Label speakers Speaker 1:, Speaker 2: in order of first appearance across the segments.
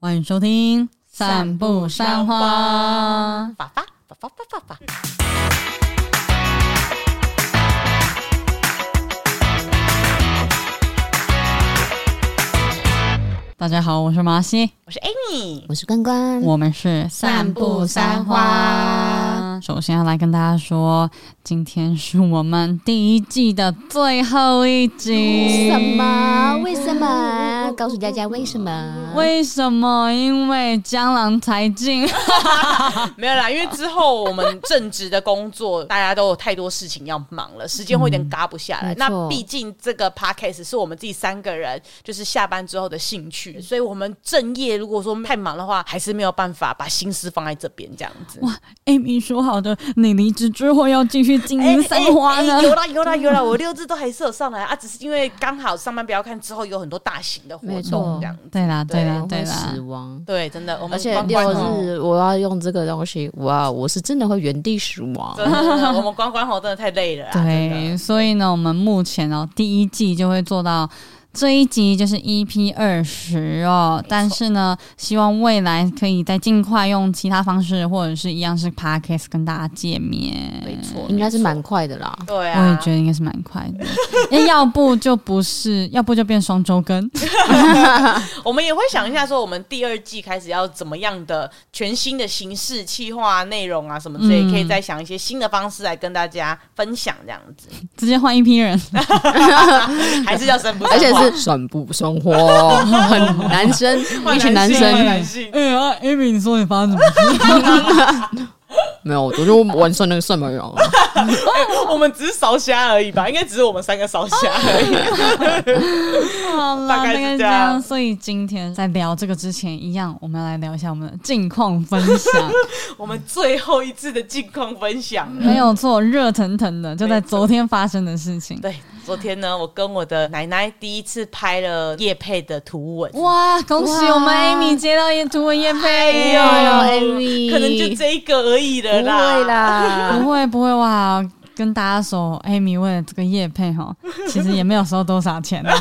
Speaker 1: 欢迎收听《
Speaker 2: 散步山花》。发发发发发发发。
Speaker 1: 大家好，我是麻西，
Speaker 2: 我是 Amy，
Speaker 3: 我是关关，
Speaker 1: 我们是
Speaker 3: 散步三花。
Speaker 1: 首先要来跟大家说，今天是我们第一季的最后一集。
Speaker 3: 什么？为什么？告诉大家为什么？
Speaker 1: 为什么？因为江郎才尽。
Speaker 2: 啊没有啦，因为之后我们正职的工作，大家都有太多事情要忙了，时间会有点嘎不下来。
Speaker 3: 没错
Speaker 2: 那毕竟这个 podcast 是我们自己三个人就是下班之后的兴趣，所以我们正业如果说太忙的话，还是没有办法把心思放在这边这样子。
Speaker 1: Amy 说好的，你离职之后要继续经营三花呢？
Speaker 2: 哎哎有啦有啦有啦，我六日都还是有上来啊，只是因为刚好上班不要看之后有很多大型的活
Speaker 3: 没
Speaker 2: 动
Speaker 3: 错
Speaker 2: 这样子。
Speaker 1: 对啦，对啦，对
Speaker 3: 会
Speaker 1: 啦
Speaker 3: 死。亡。
Speaker 2: 对，真的，我们
Speaker 3: 而且
Speaker 2: 关哦
Speaker 3: 六
Speaker 2: 关吼
Speaker 3: 日我要用这个东西，哇，我是真的会原地死亡。
Speaker 2: 真的真的，我们关关吼啊真的太累了啦。真
Speaker 1: 对，
Speaker 2: 的
Speaker 1: 所以呢，我们目前哦，第一季就会做到这一集就是 EP 二十哦。但是呢，希望未来可以再尽快用其他方式，或者是一样是 Podcast 跟大家见面。
Speaker 2: 没错，
Speaker 3: 应该是蛮
Speaker 2: 没错
Speaker 3: 快的啦。
Speaker 2: 对
Speaker 1: 嗯我也
Speaker 2: 啊，
Speaker 1: 觉得应该是蛮快的， 因为要不就不是，要不就变双周更。
Speaker 2: 我们也会想一下说，我们第二季开始要怎么样的全新的形式、企划啊、内容啊什么之类，
Speaker 1: 嗯
Speaker 2: 可以再想一些新的方式来跟大家分享，这样 子，
Speaker 1: 直接换一批 人，
Speaker 2: 还是要生不生
Speaker 3: 而且
Speaker 2: 化
Speaker 3: 是算不生 活，很男生，
Speaker 2: 换
Speaker 3: 一群
Speaker 2: 男
Speaker 3: 男
Speaker 2: 性换男
Speaker 3: 生，
Speaker 2: 性
Speaker 1: 哎呀，Amy，你说你发生什么事？
Speaker 3: 没有，我就完全那个什么人，
Speaker 2: 我们只是烧虾而已吧，应该只是我们三个烧虾 而已。
Speaker 1: 好
Speaker 2: 大
Speaker 1: 啦，那
Speaker 2: 概是
Speaker 1: 个
Speaker 2: 这
Speaker 1: 这
Speaker 2: 样
Speaker 1: 样。所以今天在聊这个之前，一样我们要来聊一下我们的近况分享。
Speaker 2: 我们最后一次的近况分享了。
Speaker 1: 没有错，热腾腾的，就在昨天发生的事情。
Speaker 2: 对，昨天呢，我跟我的奶奶第一次拍了叶配的图文，
Speaker 1: 哇，恭喜我们
Speaker 3: 哇
Speaker 1: Amy 接到叶图文叶配
Speaker 2: 哎
Speaker 1: 哟！
Speaker 2: 呦可能就这一个而已了
Speaker 3: 不
Speaker 2: 啦。
Speaker 3: 会啦，
Speaker 1: 不会不会哇，跟大家说，Amy 为了这个叶配 哈，其实也没有收多少钱啊，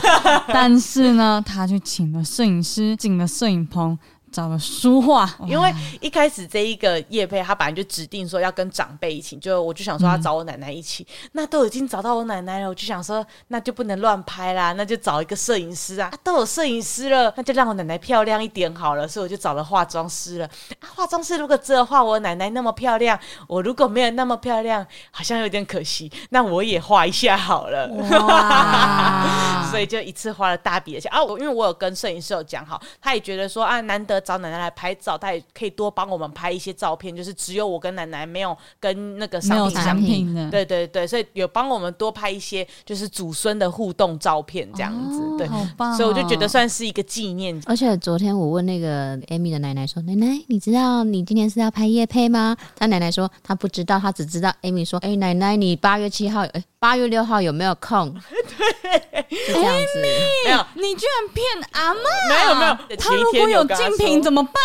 Speaker 1: 但是呢，她去请了摄影师，进了摄影棚，找了书画，
Speaker 2: 因为一开始这一个叶配，他本来就指定说要跟长辈一起，就我就想说要找我奶奶一起，那都已经找到我奶奶了，我就想说那就不能乱拍啦，那就找一个摄影师啊，啊都有摄影师了，那就让我奶奶漂亮一点好了，所以我就找了化妆师了。啊，化妆师如果只有画我奶奶那么漂亮，我如果没有那么漂亮，好像有点可惜，那我也画一下好了。
Speaker 1: 哇
Speaker 2: 所以就一次花了大笔的钱啊！我因为我有跟摄影师有讲好，他也觉得说啊，难得找奶奶来拍照，他也可以多帮我们拍一些照片，就是只有我跟奶奶没有跟那个
Speaker 1: 没
Speaker 2: 商
Speaker 1: 有
Speaker 2: 品
Speaker 1: 产
Speaker 2: 相
Speaker 3: 品
Speaker 1: 品的，
Speaker 2: 对对对，所以有帮我们多拍一些就是祖孙的互动照片这样子，
Speaker 1: 哦
Speaker 2: 对，
Speaker 1: 好棒哦
Speaker 2: 所以我就觉得算是一个纪念。
Speaker 3: 而且昨天我问那个 Amy 的奶奶说：“奶奶，你知道你今天是要拍夜配吗？”她奶奶说：“她不知道，她只知道 Amy 说：‘哎、奶奶，你八月七号，哎、八月六号有没有空？’ 就这样子。
Speaker 2: 没有
Speaker 1: 哎你居然骗阿妈！
Speaker 2: 没有没有
Speaker 1: 他
Speaker 2: 前一
Speaker 1: 如
Speaker 2: 天
Speaker 1: 果
Speaker 2: 有
Speaker 1: 有
Speaker 2: 跟她
Speaker 1: 竞
Speaker 2: 说
Speaker 1: 品怎么办？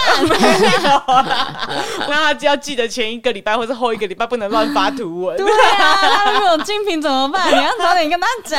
Speaker 2: 那他就要记得前一个礼拜或是后一个礼拜不能乱发图文，
Speaker 1: 对啊，他如果有竞品怎么办？你要早点跟他 讲。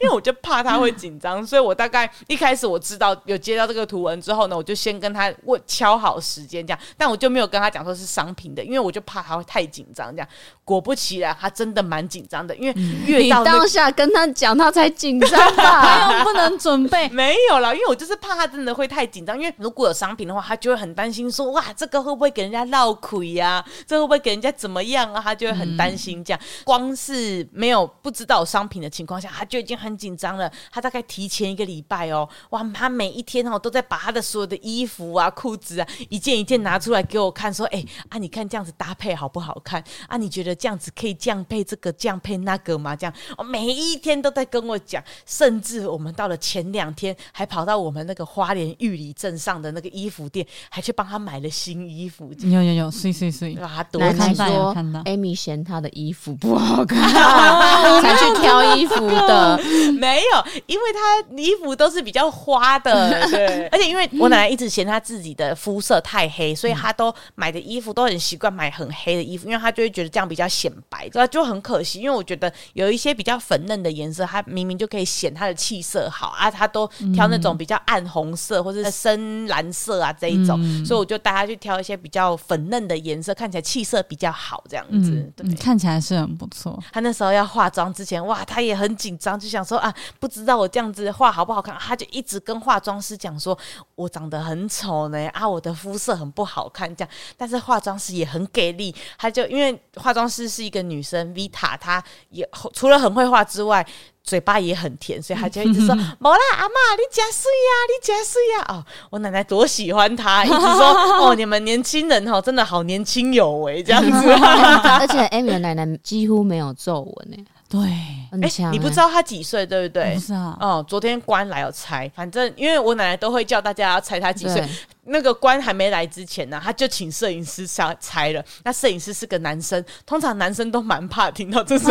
Speaker 2: 因为我就怕他会紧张，所以我大概一开始我知道有接到这个图文之后呢，我就先跟他问敲好时间这样，但我就没有跟他讲说是商品的，因为我就怕他会太紧张这样。果不其然，他真的蛮紧张的，因为越
Speaker 3: 你
Speaker 2: 到哦那个哎
Speaker 3: 当下跟她讲，她才紧张 吧？
Speaker 1: 还有不能准备，
Speaker 2: 没有啦，因为我就是怕他真的会太紧张，因为如果有商品的话，他就会很担心说，哇，这个会不会给人家闹亏呀？这会不会给人家怎么样啊？他就会很担心这样。嗯光是没有不知道有商品的情况下，他就已经很紧张了。他大概提前一个礼拜哦，哇，他每一天哦都在把他的所有的衣服啊、裤子啊一件一件拿出来给我看，说，哎、啊，你看这样子搭配好不好看？啊，你觉得这样子可以这样配这个，这样配那个吗？这样，哦，每一天都在跟我讲，甚至我们到了前两天，还跑到我们那个花莲玉里镇上的那个衣服店，还去帮他买了新衣服，
Speaker 1: 有有有，碎碎碎。
Speaker 2: 让他多
Speaker 3: 奶奶
Speaker 1: 看到有
Speaker 3: 说
Speaker 1: 啊看到
Speaker 3: ：“Amy 嫌她的衣服不好
Speaker 2: 哦
Speaker 3: 看，才去挑衣服的。
Speaker 2: 没有，因为她衣服都是比较花的，对。而且因为我奶奶一直嫌她自己的肤色太黑，所以她都买的衣服都很习惯买很黑的衣服，因为她就会觉得这样比较显白，对啊，就很可惜。因为我觉得有一些比较粉嫩的颜色，她明明就可以显她的气色好啊，她都挑那种比较暗红色或者是深蓝蓝色啊这一种，所以我就带他去挑一些比较粉嫩的颜色，看起来气色比较好这样子。
Speaker 1: 嗯，
Speaker 2: 对
Speaker 1: 嗯，看起来是很不错。
Speaker 2: 他那时候要化妆之前，哇，他也很紧张，就想说啊，不知道我这样子画好不好看，他就一直跟化妆师讲说，我长得很丑呢，啊，我的肤色很不好看这样。但是化妆师也很给力，他就因为化妆师是一个女生，Vita，她也除了很会画之外。嘴巴也很甜，所以他就一直 说：“某啦，阿妈，你假睡呀，你假睡呀！”哦，我奶奶多喜欢他，一直说：“ 哦，你们年轻人哦，真的好年轻有为，这样子。
Speaker 3: 而且 Amy 的奶奶几乎没有皱纹诶，
Speaker 1: 对，
Speaker 3: 很
Speaker 2: 哎、
Speaker 3: 强、欸
Speaker 2: 你不知？道他几岁，对不对？
Speaker 1: 不是啊，
Speaker 2: 哦，昨天官来有猜，反正因为我奶奶都会叫大家要猜她几岁
Speaker 3: 对。
Speaker 2: 那个官还没来之前呢、她就请摄影师猜猜了。那摄影师是个男生，通常男生都蛮怕听到这 种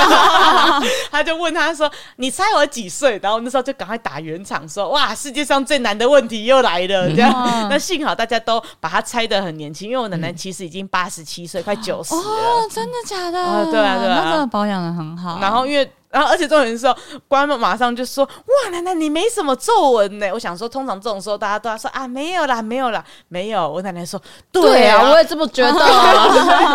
Speaker 2: 话的。他就问他说：“你猜我几岁？”然后那时候就赶快打圆场说：“哇，世界上最难的问题又来了。”这样，
Speaker 1: 嗯
Speaker 2: 那幸好大家都把他猜的很年轻，因为我奶奶其实已经八十七岁，快九十了。
Speaker 1: 哦，真的假的？
Speaker 2: 哦对啊对啊
Speaker 1: 那真的保养的很好。
Speaker 2: 然后因为，然后而且重点是哦，官们马上就说：“哇，奶奶你没什么皱纹呢。”我想说，通常这种时候大家都要说啊，没有啦，没有啦，没有。我奶奶说：“
Speaker 3: 对
Speaker 2: 啊，
Speaker 3: 啊，我也这么觉得、啊。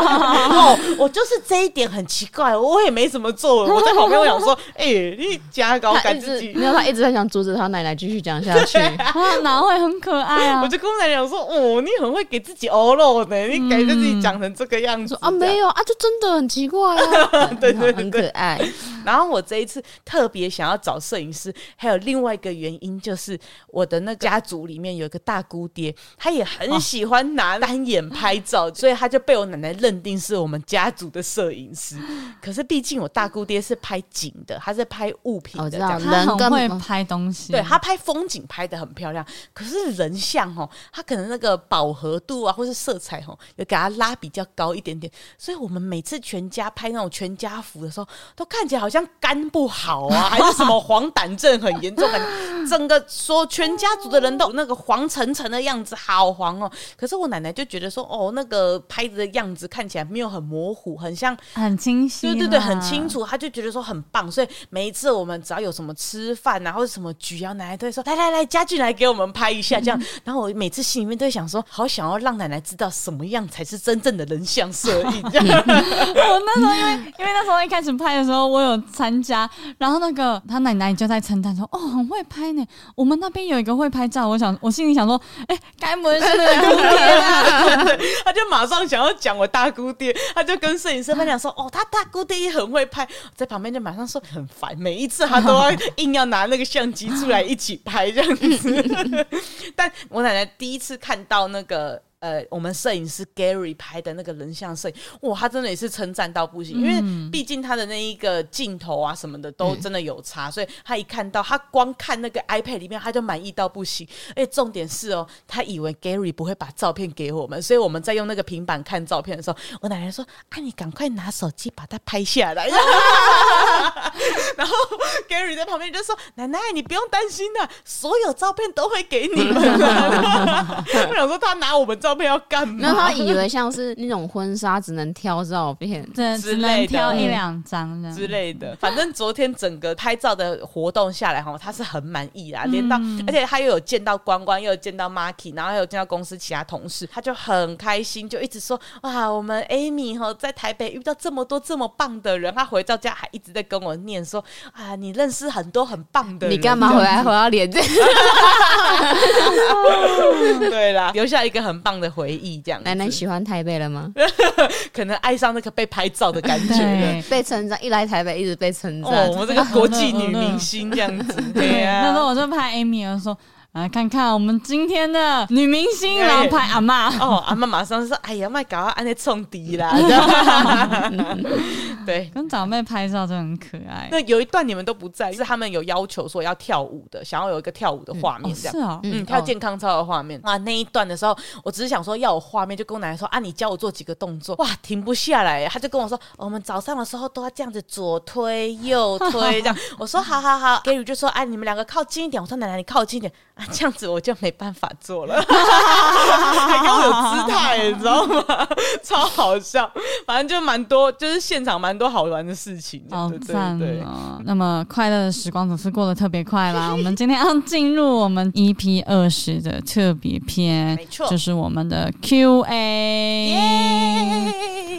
Speaker 2: 哦，我就是这一点很奇怪，我也没什么皱 纹。”我在旁边我想说：“哎、你加高
Speaker 3: 他
Speaker 2: 感
Speaker 3: 一
Speaker 2: 自
Speaker 3: 直
Speaker 2: 己。”
Speaker 3: 没有，他一直很想阻止他奶奶继续讲下去。
Speaker 1: 啊，哪会很可爱 啊
Speaker 2: 我？就跟我奶奶讲说：“哦，你很会给自己哦肉呢，你给自己讲成这个样子
Speaker 3: 说啊，
Speaker 2: 有。
Speaker 3: 没有啊，就真的很奇怪 啊，
Speaker 2: 对对对
Speaker 3: 很可爱。
Speaker 2: 然后我这一次特别想要找摄影师，还有另外一个原因就是我的那个家族里面有一个大姑爹，他也
Speaker 3: 哦
Speaker 2: 很喜欢拿单眼拍 照，所以他就被我奶奶认定是我们家族的摄影 师。可是毕竟我大姑爹是拍景的，他是拍物品
Speaker 3: 哦
Speaker 2: 的
Speaker 3: 知
Speaker 2: 这
Speaker 3: 道
Speaker 2: 样。
Speaker 1: 他
Speaker 3: 人
Speaker 1: 很
Speaker 3: 跟
Speaker 1: 会拍东西，
Speaker 2: 对他拍风景拍的很漂亮，可是人像哦，他可能那个饱和度啊，或是色彩哦，有给他拉比较高一点点，所以我们每次全家拍那种全家福的时候，都看起来好像肝不好啊，还是什么黄疸症很严重，感觉整个说全家族的人都有那个黄橙橙的样子，好黄哦。可是我奶奶就觉得说，哦，那个拍的样子看起来没有很模糊，很像
Speaker 1: 很清晰，啊
Speaker 2: 对对对，很清。楚，他就觉得说很棒，所以每一次我们只要有什么吃饭啊，或者什么局啊，奶奶都会说嗯来来来，家俊来给我们拍一下这样。然后我每次心里面都会想说，好想要让奶奶知道什么样才是真正的人像摄 影。这样
Speaker 1: 我那时候因为因为那时候一开始拍的时候，我有参加，然后那个他奶奶就在称赞说：“哦，很会拍呢。”我们那边有一个会拍照，我想我心里想说：“哎、该不会是那 个姑爹吧？
Speaker 2: 他就马上想要讲我大姑爹，他就跟摄影师分享说，哦，他大姑爹也很会拍，在旁边就马上说很烦，每一次他都要硬要拿那个相机出来一起拍这样子。但我奶奶第一次看到那个。呃，我们摄影师 Gary 拍的那个人像摄影，哇，他真的也是称赞到不行，因为毕竟他的那一个镜头啊什么的都真的有差，所以他一看到他光看那个 iPad 里面他就满意到不行，而且重点是哦，他以为 Gary 不会把照片给我们，所以我们在用那个平板看照片的时候，我奶奶说：“啊，你赶快拿手机把它拍下来。” 然后 Gary 在旁边就说：“奶奶，你不用担心的、所有照片都会给你们 的。”我想说他拿我们照片要干
Speaker 3: 然后
Speaker 2: 嘛？
Speaker 3: 他以为像是那种婚纱只能挑照 片，
Speaker 1: 对，
Speaker 2: 之
Speaker 1: 只
Speaker 2: 类
Speaker 1: 能
Speaker 2: 的
Speaker 1: 挑一两张这样
Speaker 2: 之类的，反正昨天整个拍照的活动下来哈，他是很满意啦，连到、
Speaker 3: 嗯
Speaker 2: 而且他又有见到关关，又有见到 Marky，然后还有见到公司其他同事，他就很开心，就一直说哇，我们 Amy 哈在台北遇到这么多这么棒的人，他回到家还一直在跟我念说啊，你认识很多很棒的人，
Speaker 3: 你干嘛回来回到脸这？
Speaker 2: 对啦，留下一个很棒的回忆，这样子
Speaker 3: 奶奶喜欢台北了吗？
Speaker 2: 可能爱上那个被拍照的感觉。
Speaker 1: 对。
Speaker 3: 被称赞，一来台北一直被称
Speaker 2: 哦
Speaker 3: 赞，，
Speaker 2: 我们这个国际女明星这样子，对呀、
Speaker 1: 那时候我就拍 Amy，我就说：“来看看我们今天的女明星，
Speaker 2: 哎
Speaker 1: 然后拍阿妈。
Speaker 2: 哦，阿妈马上说：“哎呀，麦搞啊，安尼冲敌啦！” 这样对，
Speaker 1: 跟长辈拍照就很可爱。
Speaker 2: 那有一段你们都不在，是他们有要求说要跳舞的，想要有一个跳舞的画面
Speaker 1: 哦，
Speaker 2: 这样
Speaker 1: 是。哦，
Speaker 2: 嗯，跳健康操的画面啊，那一段的时候，我只是想说要有画面，就跟我奶奶说啊，你教我做几个动作，哇，停不下来耶。她就跟我说，哦我们早上的时候都要这样子左推右推 这样。我说好好好，Gary 就说，哎、你们两个靠近一点。我说奶奶，你靠近一点啊，这样子我就没办法做 了，还跟我有姿态，你知道吗？超好笑，反正就蛮多，就是现场蛮蛮多好玩的事情的。
Speaker 1: 好
Speaker 2: 对对
Speaker 1: 哦赞
Speaker 2: 对，
Speaker 1: 哦！那么快乐的时光总是过得特别快 啦。我们今天要进入我们 EP 二十的特别篇
Speaker 2: 没，错
Speaker 1: 就是我们的 Q&A。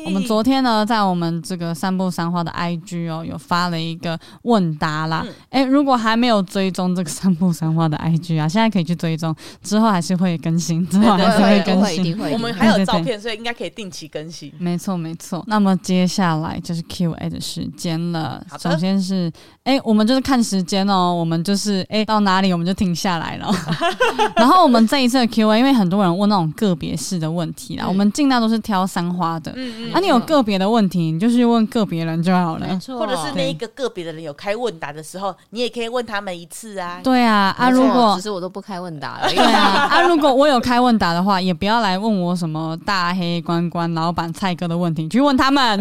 Speaker 1: 我们昨天呢，在我们这个散步三花的 IG 哦，有发了一个问答啦。
Speaker 3: 嗯
Speaker 1: 诶，如果还没有追踪这个散步三花的 IG 啊，现在可以去追踪，之后还是会更新，之后
Speaker 3: 对
Speaker 1: 还是
Speaker 3: 会
Speaker 1: 会
Speaker 3: 一定
Speaker 1: 更
Speaker 3: 会一
Speaker 1: 新。
Speaker 3: 定会。
Speaker 2: 我们还有照片，所以应该可以定期更新。
Speaker 1: 没错，没错。那么接下来就是 Q&A 的时间了。
Speaker 2: 好的
Speaker 1: 首先是，诶，我们就是看时间哦，我们就是诶，到哪里我们就停下来 了。然后我们这一次的 Q&A，因为很多人问那种个别式的问题啦，我们尽量都是挑三花的。
Speaker 2: 嗯嗯嗯，
Speaker 1: 啊，你有个别的问题，你就去问个别人就好
Speaker 3: 没
Speaker 1: 了。
Speaker 3: 错，
Speaker 2: 或者是那一个个别的人有开问答的时候，你也可以问他们一次啊。
Speaker 1: 对啊，啊，
Speaker 3: 没
Speaker 1: 如
Speaker 3: 错
Speaker 1: 果
Speaker 3: 只是我都不开问答而已
Speaker 1: 对。啊，啊，如果我有开问答的话，也不要来问我什么大黑关关老板蔡哥的问题，去问他们。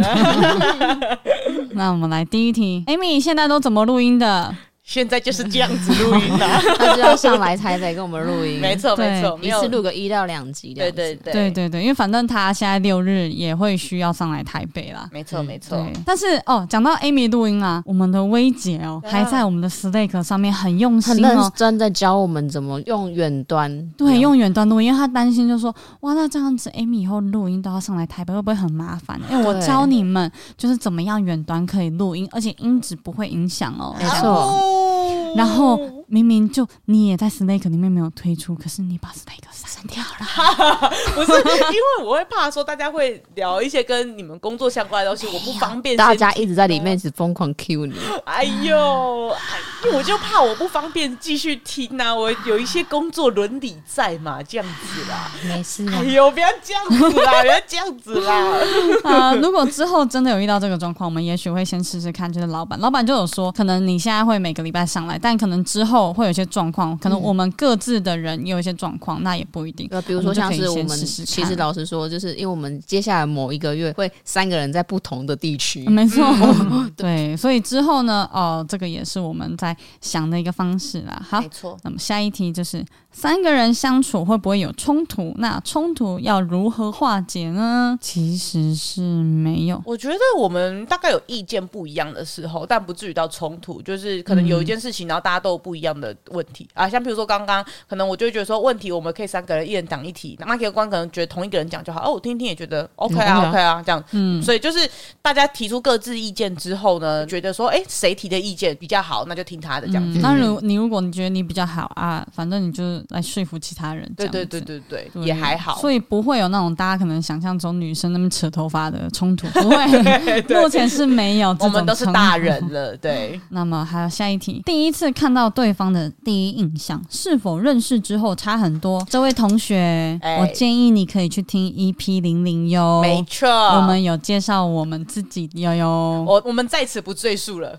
Speaker 1: 那我们来第一题，Amy 现在都怎么录音的？
Speaker 2: 现在就是这样子录音的，
Speaker 3: 他就要上来台北跟我们录音，
Speaker 2: 没错
Speaker 1: 对
Speaker 2: 没错，没
Speaker 3: 一
Speaker 2: 有
Speaker 3: 次录个一到两集这
Speaker 2: 对
Speaker 3: 样子
Speaker 2: 对对
Speaker 1: 对对对，因为反正他现在六日也会需要上来台北啦。
Speaker 2: 没错没错
Speaker 3: 嗯
Speaker 1: 对，，但是哦，讲到 Amy 录音啊，我们的薇姐哦，
Speaker 2: 啊
Speaker 1: 还在我们的 Slack 上面很用心
Speaker 3: 很认
Speaker 1: 哦，
Speaker 3: 真在教我们怎么用远端，
Speaker 1: 对，用远端录音，因为他担心就说，哇，那这样子，Amy 以后录音都要上来台北，会不会很麻烦？因为我
Speaker 3: 对
Speaker 1: 教你们就是怎么样远端可以录音，而且音质不会影响哦。
Speaker 3: 没
Speaker 1: 这样
Speaker 3: 错
Speaker 2: 哦
Speaker 1: 然后明明就你也在 Snake 里面没有推出，可是你把 Snake 删掉 了，
Speaker 2: 不是因为我会怕说大家会聊一些跟你们工作相关的东西，我不方便先
Speaker 3: 哎大家一直在里面一直疯狂 Q 你，
Speaker 2: 哎呦，哎因为我就怕我不方便继续听啊，我有一些工作伦理在嘛，这样子啦。
Speaker 3: 没事
Speaker 2: 哎呦，不要这样子啦，不要这样子啦。
Speaker 1: 啊、如果之后真的有遇到这个状况，我们也许会先试试看，就是老板，老板就有说，可能你现在会每个礼拜上来，但可能之后会有一些状况，
Speaker 3: 嗯
Speaker 1: 可能我们各自的人也有一些状况，那也不一定。
Speaker 3: 呃，比如说像是我
Speaker 1: 我
Speaker 3: 们
Speaker 1: 们就可以，先试试
Speaker 3: 其实
Speaker 1: 看
Speaker 3: 老实说，就是因为我们接下来某一个月会三个人在不同的地区，
Speaker 1: 没错，
Speaker 2: 嗯
Speaker 1: 对，所以之后呢，哦，这个也是我们在想的一个方式啦。好，
Speaker 2: 错，
Speaker 1: 那么下一题就是三个人相处会不会有冲突？那冲突要如何化解呢？其实是没有。
Speaker 2: 我觉得我们大概有意见不一样的时候，但不至于到冲突，就是可能有一件事情，然后大家都有不一样的问题啊。像比如说刚刚，可能我就会觉得说，问题我们可以三个人一人讲一题，那麦克官可能觉得同一个人讲就好，哦，我听听也觉得 OK 啊、
Speaker 3: 嗯
Speaker 2: OK 啊这样。
Speaker 1: 嗯，
Speaker 2: 所以就是大家提出各自意见之后呢，觉得说，哎、谁提的意见比较好，那就听他的这样子。
Speaker 1: 嗯那如你如果你觉得你比较好啊，反正你就是来说服其他人。
Speaker 2: 对
Speaker 1: 这
Speaker 2: 对
Speaker 1: 样子
Speaker 2: 对对对，
Speaker 1: 对
Speaker 2: 也还好。
Speaker 1: 所以不会有那种大家可能想象中女生那么扯头发的冲突，不 会，目前是没有这
Speaker 2: 我
Speaker 1: 种冲突。
Speaker 2: 们都是 大人了，
Speaker 1: 嗯
Speaker 2: 对，
Speaker 1: 那么还有下一题，第一次看到对方的第一印象，是否认识之后差很多？这位同学，
Speaker 2: 哎
Speaker 1: 我建议你可以去听 EP 零零哟，
Speaker 2: 没错。
Speaker 1: 哦我们有介绍我们自己哟哟，
Speaker 2: 我我们在此不赘述 了。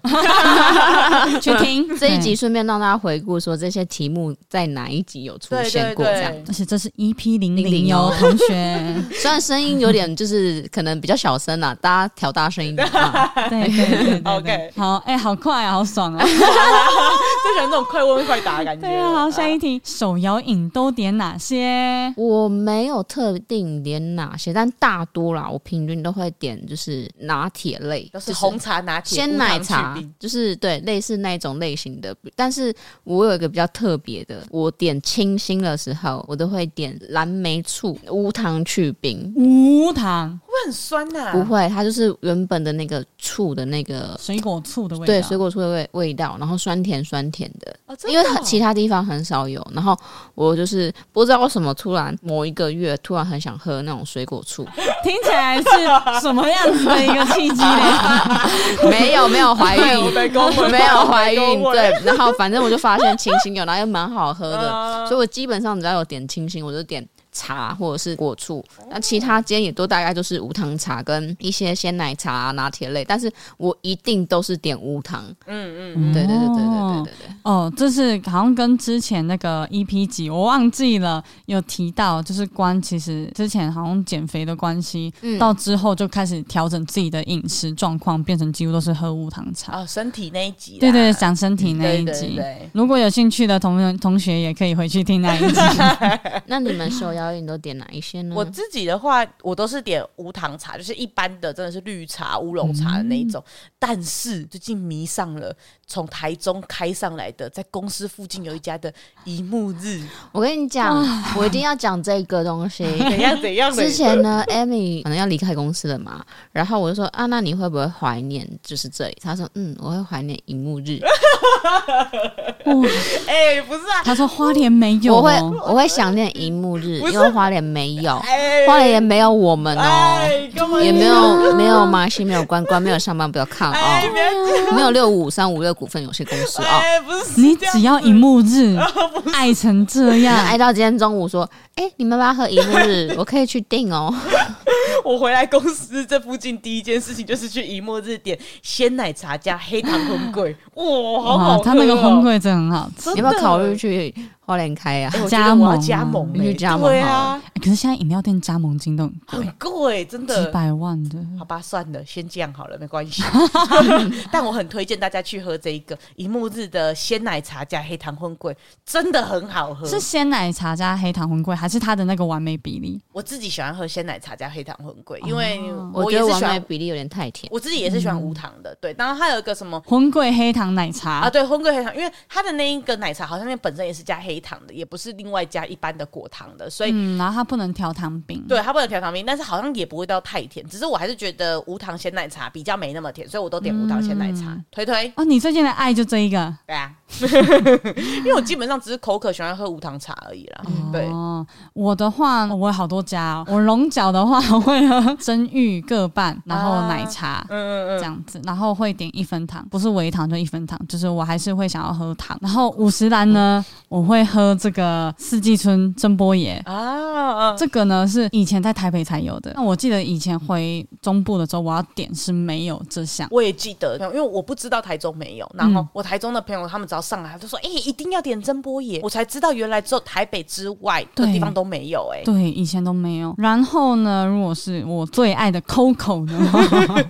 Speaker 1: 去听 哎
Speaker 3: 这一集，顺便让大家回顾说这些题目在哪一集有出
Speaker 2: 对
Speaker 3: 现
Speaker 2: 对
Speaker 3: 过，这样。
Speaker 2: 对
Speaker 1: 对，而且这是 EP 零零哟
Speaker 3: 哟，
Speaker 1: 同学，
Speaker 3: 虽然声音有点就是可能比较小声啦，大家调大声一点 啊。
Speaker 1: 对对对对对
Speaker 2: OK
Speaker 1: 好，哎，好快啊，好爽 啊！
Speaker 2: 就喜欢那种快问快答的感觉。
Speaker 1: 对啊，好，下一题，手摇饮都点哪些？
Speaker 3: 我没有特定点哪些，但大多啦，我平均都会点就是拿铁类，
Speaker 2: 都是
Speaker 3: 就是
Speaker 2: 红茶拿铁、
Speaker 3: 鲜奶
Speaker 2: 无糖
Speaker 3: 茶
Speaker 2: 去冰，
Speaker 3: 就是对类似那一种类型的。但是我有一个比较特别的，我点清新的时候，我都会点蓝莓醋无糖去冰。
Speaker 1: 无糖
Speaker 2: 会很酸呐、
Speaker 3: 不会，它就是原本的那个醋的那个，
Speaker 1: 水果醋的味道，
Speaker 3: 对水果醋的味味道，然后酸甜酸甜的，
Speaker 2: 哦，真的
Speaker 3: 因为很其他地方很少有。然后我就是不知道为什么，突然某一个月突然很想喝那种水果 醋，
Speaker 1: 听起来是什么样子的一个契机呢？
Speaker 3: 没有没有怀
Speaker 2: 对哎 我
Speaker 3: 孕，
Speaker 2: 没公文，
Speaker 3: 没有怀
Speaker 2: 我没
Speaker 3: 孕，
Speaker 2: 公文
Speaker 3: 对。然后反正我就发现清新有，然后又蛮好喝
Speaker 2: 啊
Speaker 3: 的，所以我基本上只要有点清新，我就点茶或者是果醋。那其他间也都大概就是无糖茶跟一些鲜奶茶啊、拿铁类，但是我一定都是点无糖。
Speaker 2: 嗯嗯嗯，
Speaker 3: 对对对对对对对
Speaker 1: 哦，这是好像跟之前那个 EP 几我忘记了有提到，就是关其实之前好像减肥的关系，
Speaker 3: 嗯
Speaker 1: 到之后就开始调整自己的饮食状况，变成几乎都是喝无糖茶。
Speaker 2: 啊、身体那一集啦，
Speaker 1: 对对，讲身体那
Speaker 2: 对
Speaker 1: 一
Speaker 2: 对
Speaker 1: 集。
Speaker 2: 对。
Speaker 1: 如果有兴趣的同同学也可以回去听那一集。
Speaker 3: 对。那你们手摇料理你都点哪一些呢？
Speaker 2: 哦我自己的话，我都是点无糖茶，就是一般的，真的是绿茶、乌龙茶的那一种。但是最近迷上了从台中开上来的，在公司附近有一家的一木日，
Speaker 3: 我跟 你讲，我一定要讲这个东西。
Speaker 2: 怎样怎样的
Speaker 3: 之前呢，Amy 可能要离开公司了嘛，然后我就说啊，那你会不会怀念就是这里？她说嗯，我会怀念荧幕日，
Speaker 2: 哎、不是啊，
Speaker 1: 他说花莲没有、
Speaker 3: 我会
Speaker 1: 哦，
Speaker 3: 我会想念荧幕日，
Speaker 2: 不是
Speaker 3: 因为花莲没有，
Speaker 2: 哎、
Speaker 3: 花莲也没有我们哦，
Speaker 2: 哎，干嘛？
Speaker 3: 也没有没有马西，没有关关，没有上班不要看
Speaker 2: 哎，
Speaker 3: 哦，
Speaker 2: 别
Speaker 3: 没有六五三五六股份有限公司哦。
Speaker 2: 哎，不是，
Speaker 1: 你只要一幕 日爱成这样，
Speaker 3: 爱到今天中午说，哎、你们要不要喝荧幕 日？我可以去订哦。
Speaker 2: 我回来公司这附近第一件事情就是去一木日点鲜奶茶加黑糖烘桂，哇， 好好
Speaker 1: 哇，
Speaker 2: 喝、哦！
Speaker 1: 他那个红桂真的很好吃。
Speaker 2: 真
Speaker 3: 你
Speaker 2: 的
Speaker 3: 要不要考虑去花莲开呀、
Speaker 2: 哎我觉
Speaker 1: 加
Speaker 2: 得我要
Speaker 1: 盟
Speaker 2: 加
Speaker 1: 啊
Speaker 2: 盟
Speaker 3: 你
Speaker 2: 欸
Speaker 3: 去加盟
Speaker 2: 对
Speaker 3: 好
Speaker 2: 啊，
Speaker 1: 欸可是现在饮料店加盟金都很贵
Speaker 2: 很贵，真
Speaker 1: 几
Speaker 2: 的。
Speaker 1: 百万的，
Speaker 2: 好吧，算了，先这样好了，没关 系。但我很推荐大家去喝这一个一木日的鲜奶茶加黑糖荤桂，真的很好喝。
Speaker 1: 是鲜奶茶加黑糖红桂，还是它的那个完美比例？
Speaker 2: 我自己喜欢喝鲜奶茶加黑糖荤桂，因为
Speaker 1: 哦
Speaker 3: 我
Speaker 2: 我
Speaker 3: 觉
Speaker 2: 也
Speaker 3: 得
Speaker 2: 是
Speaker 3: 完
Speaker 2: 喜
Speaker 3: 美
Speaker 2: 欢，
Speaker 3: 比例有点太甜。
Speaker 2: 我自己也是喜欢无糖的。对，然后还有一个什么
Speaker 1: 红桂黑糖奶茶
Speaker 2: 啊，对，烘桂黑糖，因为它的那一个奶茶好像那本身也是加黑糖的，也不是另外加一般的果糖的，所以。
Speaker 1: 嗯，然后它不能调糖饼，
Speaker 2: 对，它不能调糖冰，但是好像也不会到太甜，只是我还是觉得无糖鲜奶茶比较没那么甜，所以我都点无糖鲜奶茶。推推，
Speaker 1: 哦，你最近的爱就这一个，
Speaker 2: 对啊，因为我基本上只是口渴，喜欢喝无糖茶而已啦。对，
Speaker 1: 哦，我的话我有好多家、哦，我龙角的话我会喝蒸玉各半，然后奶茶。
Speaker 2: 嗯
Speaker 1: 这样子，然后会点一分糖，不是微糖就一分糖，就是我还是会想要喝糖。然后五十兰呢，我会喝这个四季春蒸波爷，
Speaker 2: 嗯啊，
Speaker 1: 这个呢是以前在台北才有的。那我记得以前回中部的时候，我要点是没有这项。
Speaker 2: 我也记得，因为我不知道台中没有，然后
Speaker 1: 嗯
Speaker 2: 我台中的朋友他们只要上来，他就说：“哎、一定要点蒸波野。”我才知道原来只有台北之外的
Speaker 1: 对
Speaker 2: 地方都没有、哎，
Speaker 1: 对，以前都没有。然后呢，如果是我最爱的 COCO 呢，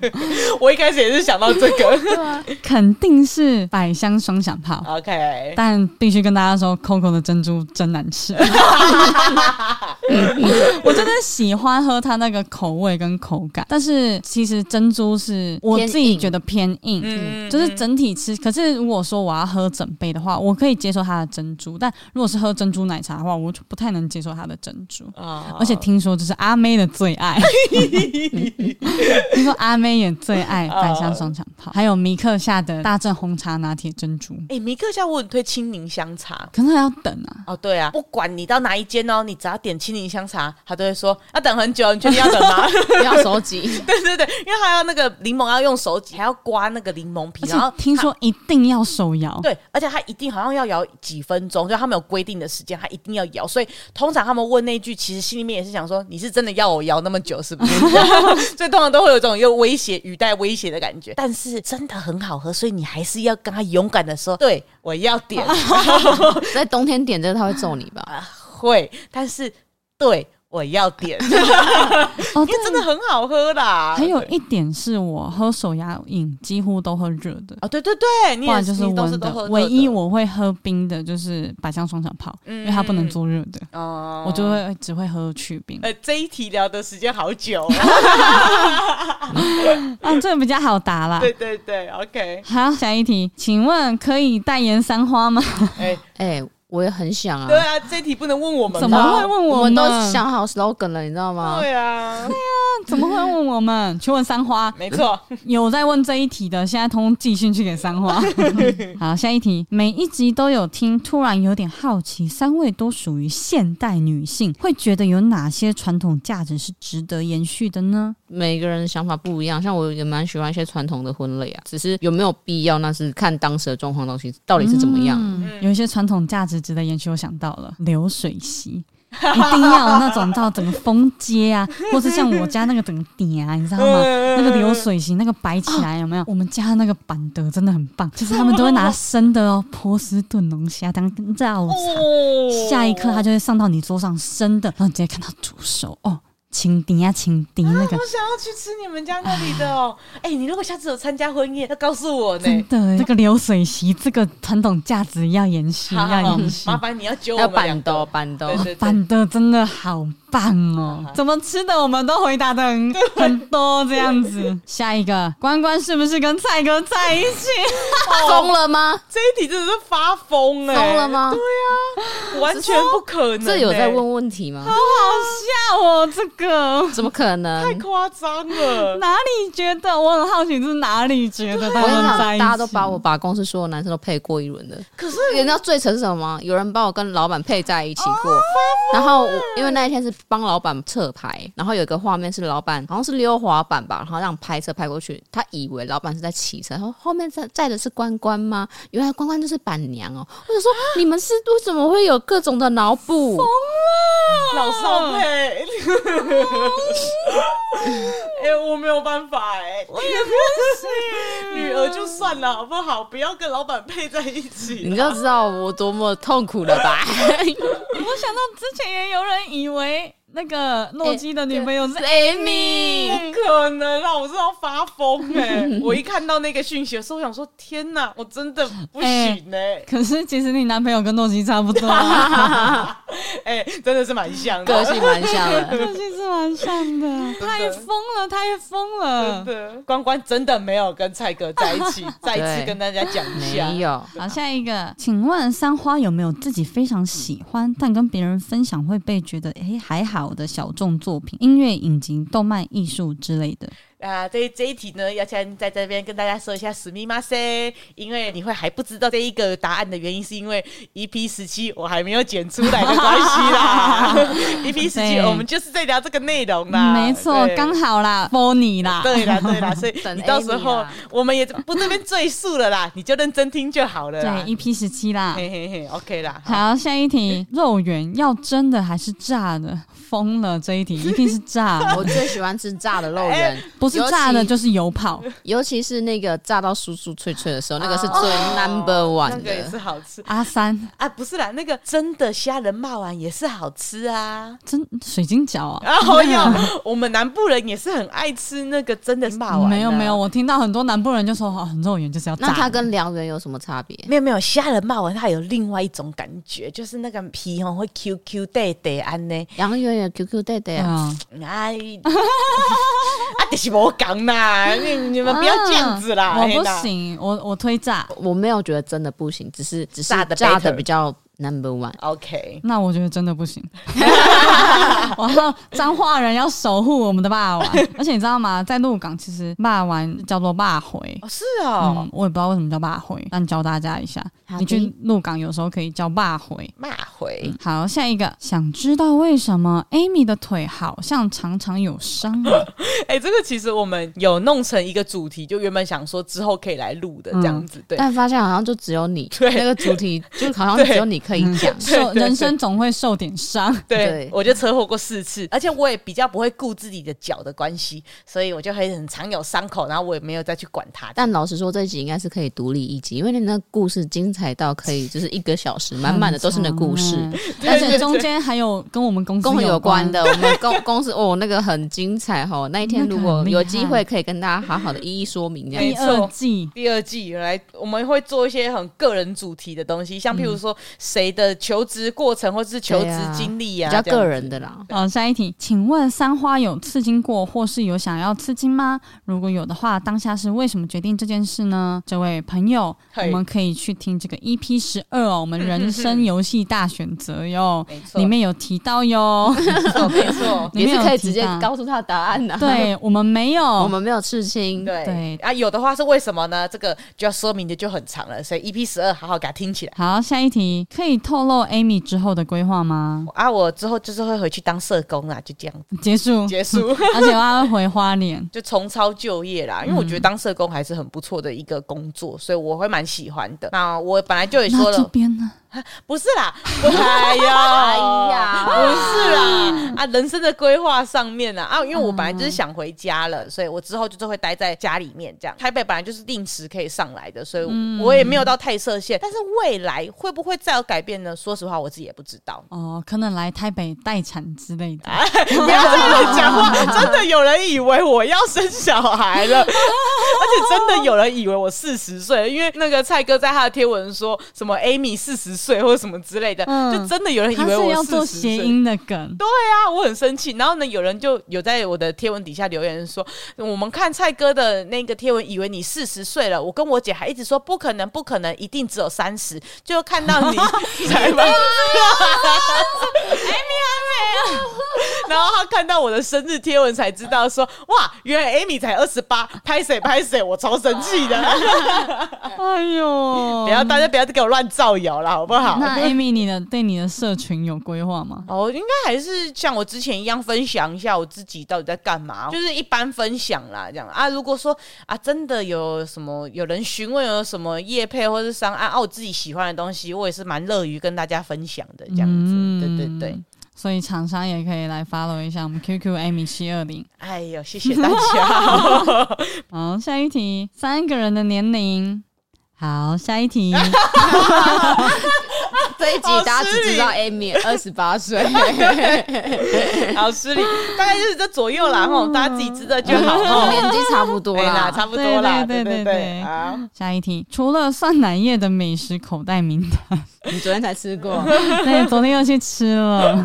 Speaker 2: 我一开始也是想到这个。
Speaker 1: 肯定是百香双响炮。
Speaker 2: OK，
Speaker 1: 但必须跟大家说，Coco 的珍珠真难 吃。我真的喜欢喝它那个口味跟口感，但是其实珍珠是我自己觉得偏硬，
Speaker 2: 嗯
Speaker 1: 就是整体吃。可是如果说我要喝整杯的话，我可以接受它的珍珠，但如果是喝珍珠奶茶的话，我就不太能接受它的珍珠。
Speaker 2: 啊
Speaker 1: 而且听说这是阿妹的最 爱，听说阿妹也最爱百香双响
Speaker 2: 哦
Speaker 1: 炮，还有米克夏的大正红茶拿铁珍珠，
Speaker 2: 哎、米克夏我很推青柠香茶。
Speaker 1: 可是还要等啊。
Speaker 2: 哦，对啊，不管你到哪一间哦，你只要点青柠香茶，他都会说要等很久，你确定要等 吗？
Speaker 3: 不要 手挤，
Speaker 2: 对对对，因为他要那个柠檬要用手挤，还要刮那个柠檬皮，
Speaker 1: 而
Speaker 2: 然后
Speaker 1: 且听说一定要手摇，
Speaker 2: 对，而且他一定好像要摇几分钟，就他们有规定的时间，他一定要摇。所以通常他们问那一句，其实心里面也是想说，你是真的要我摇那么久是不 是？所以通常都会有这种又威胁、语带威胁的感觉。但是真的很好喝，所以你还是要跟他勇敢的说，对我要点
Speaker 3: 在冬天点这个他会揍你
Speaker 2: 啊
Speaker 3: 吧？
Speaker 2: 会，但是对我要点，
Speaker 1: 哦，
Speaker 2: 因为真的很好喝啦。
Speaker 1: 还有一点是我喝手摇饮几乎都喝热的，
Speaker 2: 哦，对对对，
Speaker 1: 不
Speaker 2: 你也
Speaker 1: 然就是
Speaker 2: 你都是
Speaker 1: 温
Speaker 2: 都喝
Speaker 1: 的。
Speaker 2: 热
Speaker 1: 唯一
Speaker 2: 的嗯
Speaker 1: 我会喝冰的就是百香双响炮，因为它不能做热的，
Speaker 2: 哦
Speaker 1: 我就会只会喝去冰。
Speaker 2: 呃，这一题聊的时间好久、哦，
Speaker 1: 啊，这个比较好答啦。
Speaker 2: 对对对，OK，
Speaker 1: 好，下一题，请问可以代言三花吗？
Speaker 2: 哎、
Speaker 3: 哎、我也很想啊
Speaker 2: 对。啊，这一题不能问我们吧，
Speaker 1: 怎么会问
Speaker 3: 我
Speaker 1: 们
Speaker 3: 们
Speaker 1: 呢？
Speaker 3: 都想好 slogan 了，你知道吗？
Speaker 2: 对 啊，
Speaker 1: 怎么会问我们？去问三花。
Speaker 2: 没错，
Speaker 1: 有在问这一题的，现在通通寄信去给三花。好，下一题，每一集都有听，突然有点好奇，三位都属于现代女性，会觉得有哪些传统价值是值得延续的呢？
Speaker 3: 每个人想法不一样，像我也蛮喜欢一些传统的婚类啊，只是有没有必要，那是看当时的状况到底到底是怎么样。
Speaker 1: 嗯，有一些传统价值值得延续，我想到了流水席。一定要有那种到整个封街啊，或是像我家那个整个顶啊，你
Speaker 2: 嗯
Speaker 1: 知道吗？那个流水席那个摆起来有没有？我们家那个板德真的很棒，就是他们都会拿生的哦，波士顿龙虾当绕肠，
Speaker 2: 哦
Speaker 1: 下一刻它就会上到你桌上生的，然后你直接看到煮熟哦。情敌啊情敌那个
Speaker 2: 我，想要去吃你们家那里的哦。哎、你如果下次有参加婚宴，要告诉我呢
Speaker 1: 真。的这个流水席这个传统价值要延续，
Speaker 2: 好好
Speaker 1: 要
Speaker 2: 好
Speaker 1: 延续
Speaker 2: 麻。烦你要揪我
Speaker 3: 要
Speaker 2: 们两
Speaker 3: 板
Speaker 2: 个
Speaker 3: 豆，板豆
Speaker 2: 对。对对，
Speaker 1: 办的真的好棒哦！怎么吃的我们都回答的 很很多这样子。下一个关关是不是跟蔡哥在一 起？
Speaker 3: 啊疯了吗？
Speaker 2: 这一题真的是发疯哎、
Speaker 3: 疯了吗？
Speaker 2: 完全不可能、欸
Speaker 3: 这有在，问问题吗？
Speaker 1: 好笑哦，这个
Speaker 3: 怎么可
Speaker 2: 太
Speaker 3: 能？
Speaker 2: 夸张了。
Speaker 1: 哪里觉得？我很好奇是哪里觉得
Speaker 3: 我
Speaker 1: 他
Speaker 3: 跟你
Speaker 1: 们
Speaker 3: 讲
Speaker 1: 在，一起？
Speaker 3: 大家都把我把公司所有男生都配过一轮的。
Speaker 2: 可是
Speaker 3: 你知道最扯是什么吗？有人把我跟老板配在一起过，然后我因为那一天是帮老板侧拍，然后有一个画面是老板好像是溜滑板吧，然后让拍车拍过去，他以为老板是在骑车，然后后面载载的是关关吗？原来关关就是板娘哦、我就说你们是为什么会有各种的脑补？
Speaker 2: 老少配， 哎、我没有办法哎、我也不是女儿就算了好不好？不要跟老板配在一起啦。
Speaker 3: 你就知道我多么痛苦了吧？
Speaker 1: 我想到之前也有人以为那个诺基的女朋友是 Amy，
Speaker 2: 不可能啊！我是要发疯哎、我一看到那个讯息的时候，我想说：天哪，我真的不行 哎、
Speaker 1: 可是其实你男朋友跟诺基差不多啊，
Speaker 2: 哎、真的是蛮像
Speaker 3: 个
Speaker 2: 的，
Speaker 3: 性蛮像的。
Speaker 1: 诺基是蛮像的，太疯了，太疯
Speaker 2: 真
Speaker 1: 了。
Speaker 2: 的。关关真的没有跟蔡哥在一起，再一次
Speaker 3: 对
Speaker 2: 跟大家讲一下，
Speaker 3: 没有，
Speaker 1: 好，下一个，请问三花有没有自己非常喜欢但跟别人分享会被觉得诶还好的小众作品、音乐、影集、动漫、艺术之类的？
Speaker 2: 啊，这这一题呢，要先在这边跟大家说一下史密马塞，因为你会还不知道这一个答案的原因，是因为 EP 十七我还没有剪出来的关系 啦。EP 十七
Speaker 1: 对嗯
Speaker 2: 我们就是在聊这个内容啦，
Speaker 1: 没错，
Speaker 2: 对
Speaker 1: 刚好啦，for 你啦。
Speaker 2: 对啦对 啦，所以
Speaker 3: 等
Speaker 2: 你到时
Speaker 3: Amy
Speaker 2: 候
Speaker 3: 啦
Speaker 2: 我们也不这边赘述了啦， 你就认真听就好了
Speaker 1: 对
Speaker 2: 啦。
Speaker 1: 一 p 十七啦。
Speaker 2: 嘿嘿嘿，OK 啦，好
Speaker 1: 好，下一题，肉圆要真的还是炸的？疯了，这一题一定是炸的，
Speaker 3: 我最喜欢吃炸的肉圆，
Speaker 1: 不是炸的
Speaker 3: 尤其
Speaker 1: 就是油泡。
Speaker 3: 尤其是那个炸到酥酥脆脆的时候，那个是最 number
Speaker 2: 啊哦那
Speaker 3: one
Speaker 2: 个也
Speaker 3: 的。
Speaker 2: 是好吃
Speaker 1: 阿三
Speaker 2: 啊，不是啦，那个真的虾仁骂完也是好吃啊。
Speaker 1: 真水晶饺啊。
Speaker 2: 然后 要我们南部人也是很爱吃那个真的骂完，
Speaker 1: 没有没有，，我听到很多南部人就说哦，肉圆就是要炸
Speaker 3: 那
Speaker 1: 的。
Speaker 3: 它跟辽源有什么差别？
Speaker 2: 没有没有虾仁骂完，它有另外一种感觉，就是那个皮哦会 Q Q 带带安呢，
Speaker 3: 洋芋圆有 QQ 带带啊，
Speaker 1: 嗯，
Speaker 2: 哎。 啊，就是我讲啦，你你们不要这样子啦！
Speaker 1: 啊我
Speaker 2: 嘿
Speaker 1: 不
Speaker 2: 啦，
Speaker 1: 行，我我推炸。
Speaker 3: 我没有觉得真的不行，只是只是
Speaker 2: 炸得
Speaker 3: 炸
Speaker 2: better
Speaker 3: 的比较 number one。
Speaker 2: OK，
Speaker 1: 那我觉得真的不 行。然后彰化人要守护我们的霸王，而且你知道吗？在鹿港其实霸王叫做霸回。
Speaker 2: 哦是哦，
Speaker 1: 嗯，我也不知道为什么叫霸回，但教大家一下
Speaker 3: 好，的
Speaker 1: 你去鹿港有时候可以叫霸回。
Speaker 2: 骂回
Speaker 1: 好，下一个，想知道为什么 Amy 的腿好像常常有伤 啊？
Speaker 2: 哎、这个其实我们有弄成一个主题，就原本想说之后可以来录
Speaker 1: 嗯
Speaker 2: 的这样子，对。
Speaker 3: 但发现好像就只有你那个主题，就好像
Speaker 2: 对
Speaker 3: 只有你可以讲。
Speaker 1: 受人生总会受点伤，
Speaker 2: 对
Speaker 3: 对，
Speaker 2: 我就车祸过四次，而且我也比较不会顾自己的脚的关系，所以我就会很常有伤口，然后我也没有再去管它。
Speaker 3: 但老实说，这一集应该是可以独立一集，因为你那个故事精彩到可以就是一个小时，满满的都是你的故事。
Speaker 1: 很长欸，而且中间还有跟我们公司
Speaker 3: 跟我有关
Speaker 1: 关
Speaker 3: 的，我们公公司哦，那个很精彩哦。那一天
Speaker 1: 那个
Speaker 3: 如
Speaker 1: 很
Speaker 3: 果
Speaker 1: 厉
Speaker 3: 有
Speaker 1: 害
Speaker 3: 机会，可以跟大家好好的一一说明这样
Speaker 2: 没
Speaker 1: 第
Speaker 2: 错
Speaker 1: 二季。
Speaker 2: 第二季原来我们会做一些很个人主题的东西，像譬如说谁的求职过程或是求职经历
Speaker 3: 比
Speaker 2: 嗯啊，
Speaker 3: 较
Speaker 2: 这样
Speaker 3: 个人的啦。
Speaker 1: 好，哦下一题，请问三花有刺青过，或是有想要刺青吗？如果有的话，当下是为什么决定这件事呢？这位朋友，
Speaker 2: 嘿
Speaker 1: 我们可以去听这个 EP 十二哦，我们人生游戏大选择哟，
Speaker 2: 没错，
Speaker 1: 里面有提到 哟，
Speaker 2: 没错没 错，
Speaker 1: 里
Speaker 3: 嗯也
Speaker 1: 面
Speaker 3: 是
Speaker 1: 有
Speaker 3: 可以
Speaker 1: 提
Speaker 3: 直接
Speaker 1: 到
Speaker 3: 告诉他答案的、，啊
Speaker 1: 对我们没有，
Speaker 3: 我们没有刺青，
Speaker 2: 对
Speaker 1: 对
Speaker 2: 啊，有的话是为什么呢？这个就要说明的就很长了，所以 EP 十二好好给它听起来。
Speaker 1: 好，下一题，可以透露 Amy 之后的规划吗？
Speaker 2: 啊，我之后就是会回去当社工啊啦，就这样
Speaker 1: 结束，
Speaker 2: 结束。。
Speaker 1: 而且我要回花莲
Speaker 2: 就重操旧业啦，因为我觉得当社工还是很不错的一个工作，所以我会蛮喜欢的。那我本来就也说
Speaker 1: 那这
Speaker 2: 了，
Speaker 1: 边呢？
Speaker 2: 不是啦，哎呀，
Speaker 3: 哎呀
Speaker 2: 不 是啦，啊，人生的规划上面啦，啊，因为我本来就是想回家了，所以我之后就是会待在家里面这样。台北本来就是定时可以上来的，所以我也没有到太设限。但是未来会不会再有改变呢？说实话，我自己也不知道。
Speaker 1: 哦，可能来台北待产之类的。
Speaker 2: 啊不要这样讲话，真的有人以为我要生小孩了，而且真的有人以为我四十岁，因为那个蔡哥在他的贴文说什么 Amy 四十岁或者什么之类的，
Speaker 1: 嗯
Speaker 2: 就真的有人以
Speaker 1: 他
Speaker 2: 为
Speaker 1: 是
Speaker 2: 我
Speaker 1: 要做
Speaker 2: 四十
Speaker 1: 谐
Speaker 2: 岁。
Speaker 1: 音的梗，
Speaker 2: 对啊，我很生气。然后呢，有人就有在我的贴文底下留言说，嗯我们看蔡哥的那个贴文，以为你四十岁了。我跟我姐还一直说不可能，不可能，一定只有三十。就看到你 才把，哎，你还没然后他看到我的生日贴文才知道说，哇，原来 Amy 才二十八，拍谁拍谁，我超生气的。
Speaker 1: 哎呦，
Speaker 2: 不要大家不要给我乱造谣了，好不好？
Speaker 1: 那 Amy，你的对你的社群有规划吗？
Speaker 2: 哦，应该还是像我之前一样分享一下我自己到底在干嘛，就是一般分享啦，这样啊。如果说啊，真的有什么有人询问有什么业配或是商案啊，我自己喜欢的东西，我也是蛮乐于跟大家分享的，这样子。对对对，
Speaker 1: 嗯所以厂商也可以来 follow 一下我们 QQ Amy 七二零。
Speaker 2: 哎呦，谢谢大 家。
Speaker 1: 好，下一题，三个人的年龄。好，下一 题，
Speaker 3: 这一集
Speaker 2: 好
Speaker 3: 大家只
Speaker 2: 失
Speaker 3: 知
Speaker 2: 礼
Speaker 3: 道 Amy 二十八岁，
Speaker 2: 好失礼，大概就是这左右啦，吼，大家自己知道就好。 吼
Speaker 3: 哦年纪差不多
Speaker 2: 对啦，
Speaker 3: 啦。
Speaker 2: 差不多啦，
Speaker 1: 对
Speaker 2: 对
Speaker 1: 对对对
Speaker 2: 对啊。
Speaker 1: 下一题，除了酸奶液的美食口袋名 单，
Speaker 3: 你昨天才吃过，
Speaker 1: 对，昨天又去吃了，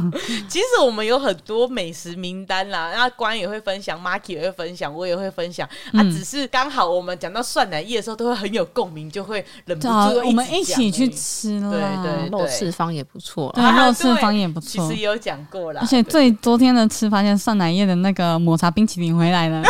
Speaker 2: 其实我们有很多美食名单啦，那关也会分享，Marky 也会分享，我也会分享、
Speaker 1: 嗯
Speaker 2: 啊。只是刚好我们讲到酸奶液的时候，都会很有共鸣， 就会忍不
Speaker 1: 对啊
Speaker 2: 住会
Speaker 1: 我们
Speaker 2: 一
Speaker 1: 一
Speaker 2: 直讲
Speaker 1: 起去
Speaker 2: 欸
Speaker 1: 吃了，
Speaker 2: 对
Speaker 3: 肉翅方也不错啦。
Speaker 1: 对
Speaker 2: 啊
Speaker 1: 肉翅
Speaker 2: 对
Speaker 1: 方也不
Speaker 2: 其
Speaker 1: 错
Speaker 2: 实也有讲过啦，
Speaker 1: 而且
Speaker 2: 对
Speaker 1: 最昨天的吃，发现酸奶液的那个抹茶冰淇淋回 来了，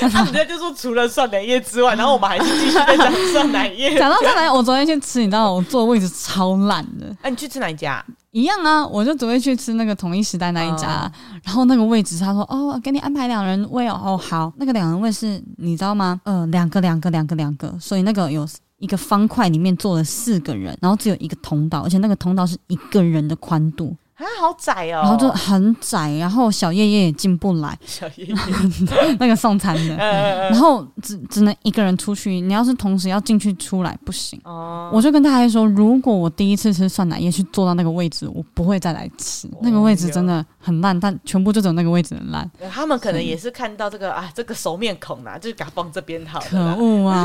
Speaker 2: 他们家就说除了酸奶 液之外，然后我们还是继续在讲酸奶液。
Speaker 1: 讲到这来，我昨天去吃，你知道我坐位置超烂的，
Speaker 2: 哎、你去吃哪一家？
Speaker 1: 一样啊，我就只会去吃那个统一时代那一家，
Speaker 2: 嗯
Speaker 1: 然后那个位置他说哦，给你安排两人位哦，哦好，那个两人位是你知道吗？呃，两个两个两个两个，所以那个有。一个方块里面坐了四个人，然后只有一个通道，而且那个通道是一个人的宽度，
Speaker 2: 啊，好窄哦、
Speaker 1: 然后就很窄，然后小叶叶也进不来，
Speaker 2: 小叶，
Speaker 1: 那个送餐的， 然后只只能一个人出去，你要是同时要进去出来不行。
Speaker 2: 哦，
Speaker 1: 我就跟大家说，如果我第一次吃酸奶液去坐到那个位置，我不会再来吃。那个位置真的很烂，但全部就只有那个位置 很烂，
Speaker 2: 他们可能也是看到这个啊，这个熟面孔啦，就是给他放这边好
Speaker 1: 可
Speaker 2: 了啦。
Speaker 1: 恶啊！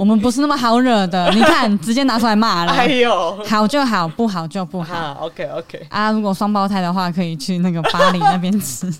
Speaker 1: 我们不是那么好惹的，你看直接拿出来骂了
Speaker 2: 哎，呦，
Speaker 1: 好就好，不好就不好
Speaker 2: 好，OK OK。
Speaker 1: 啊！如果双胞胎的话，可以去那个巴黎那边吃。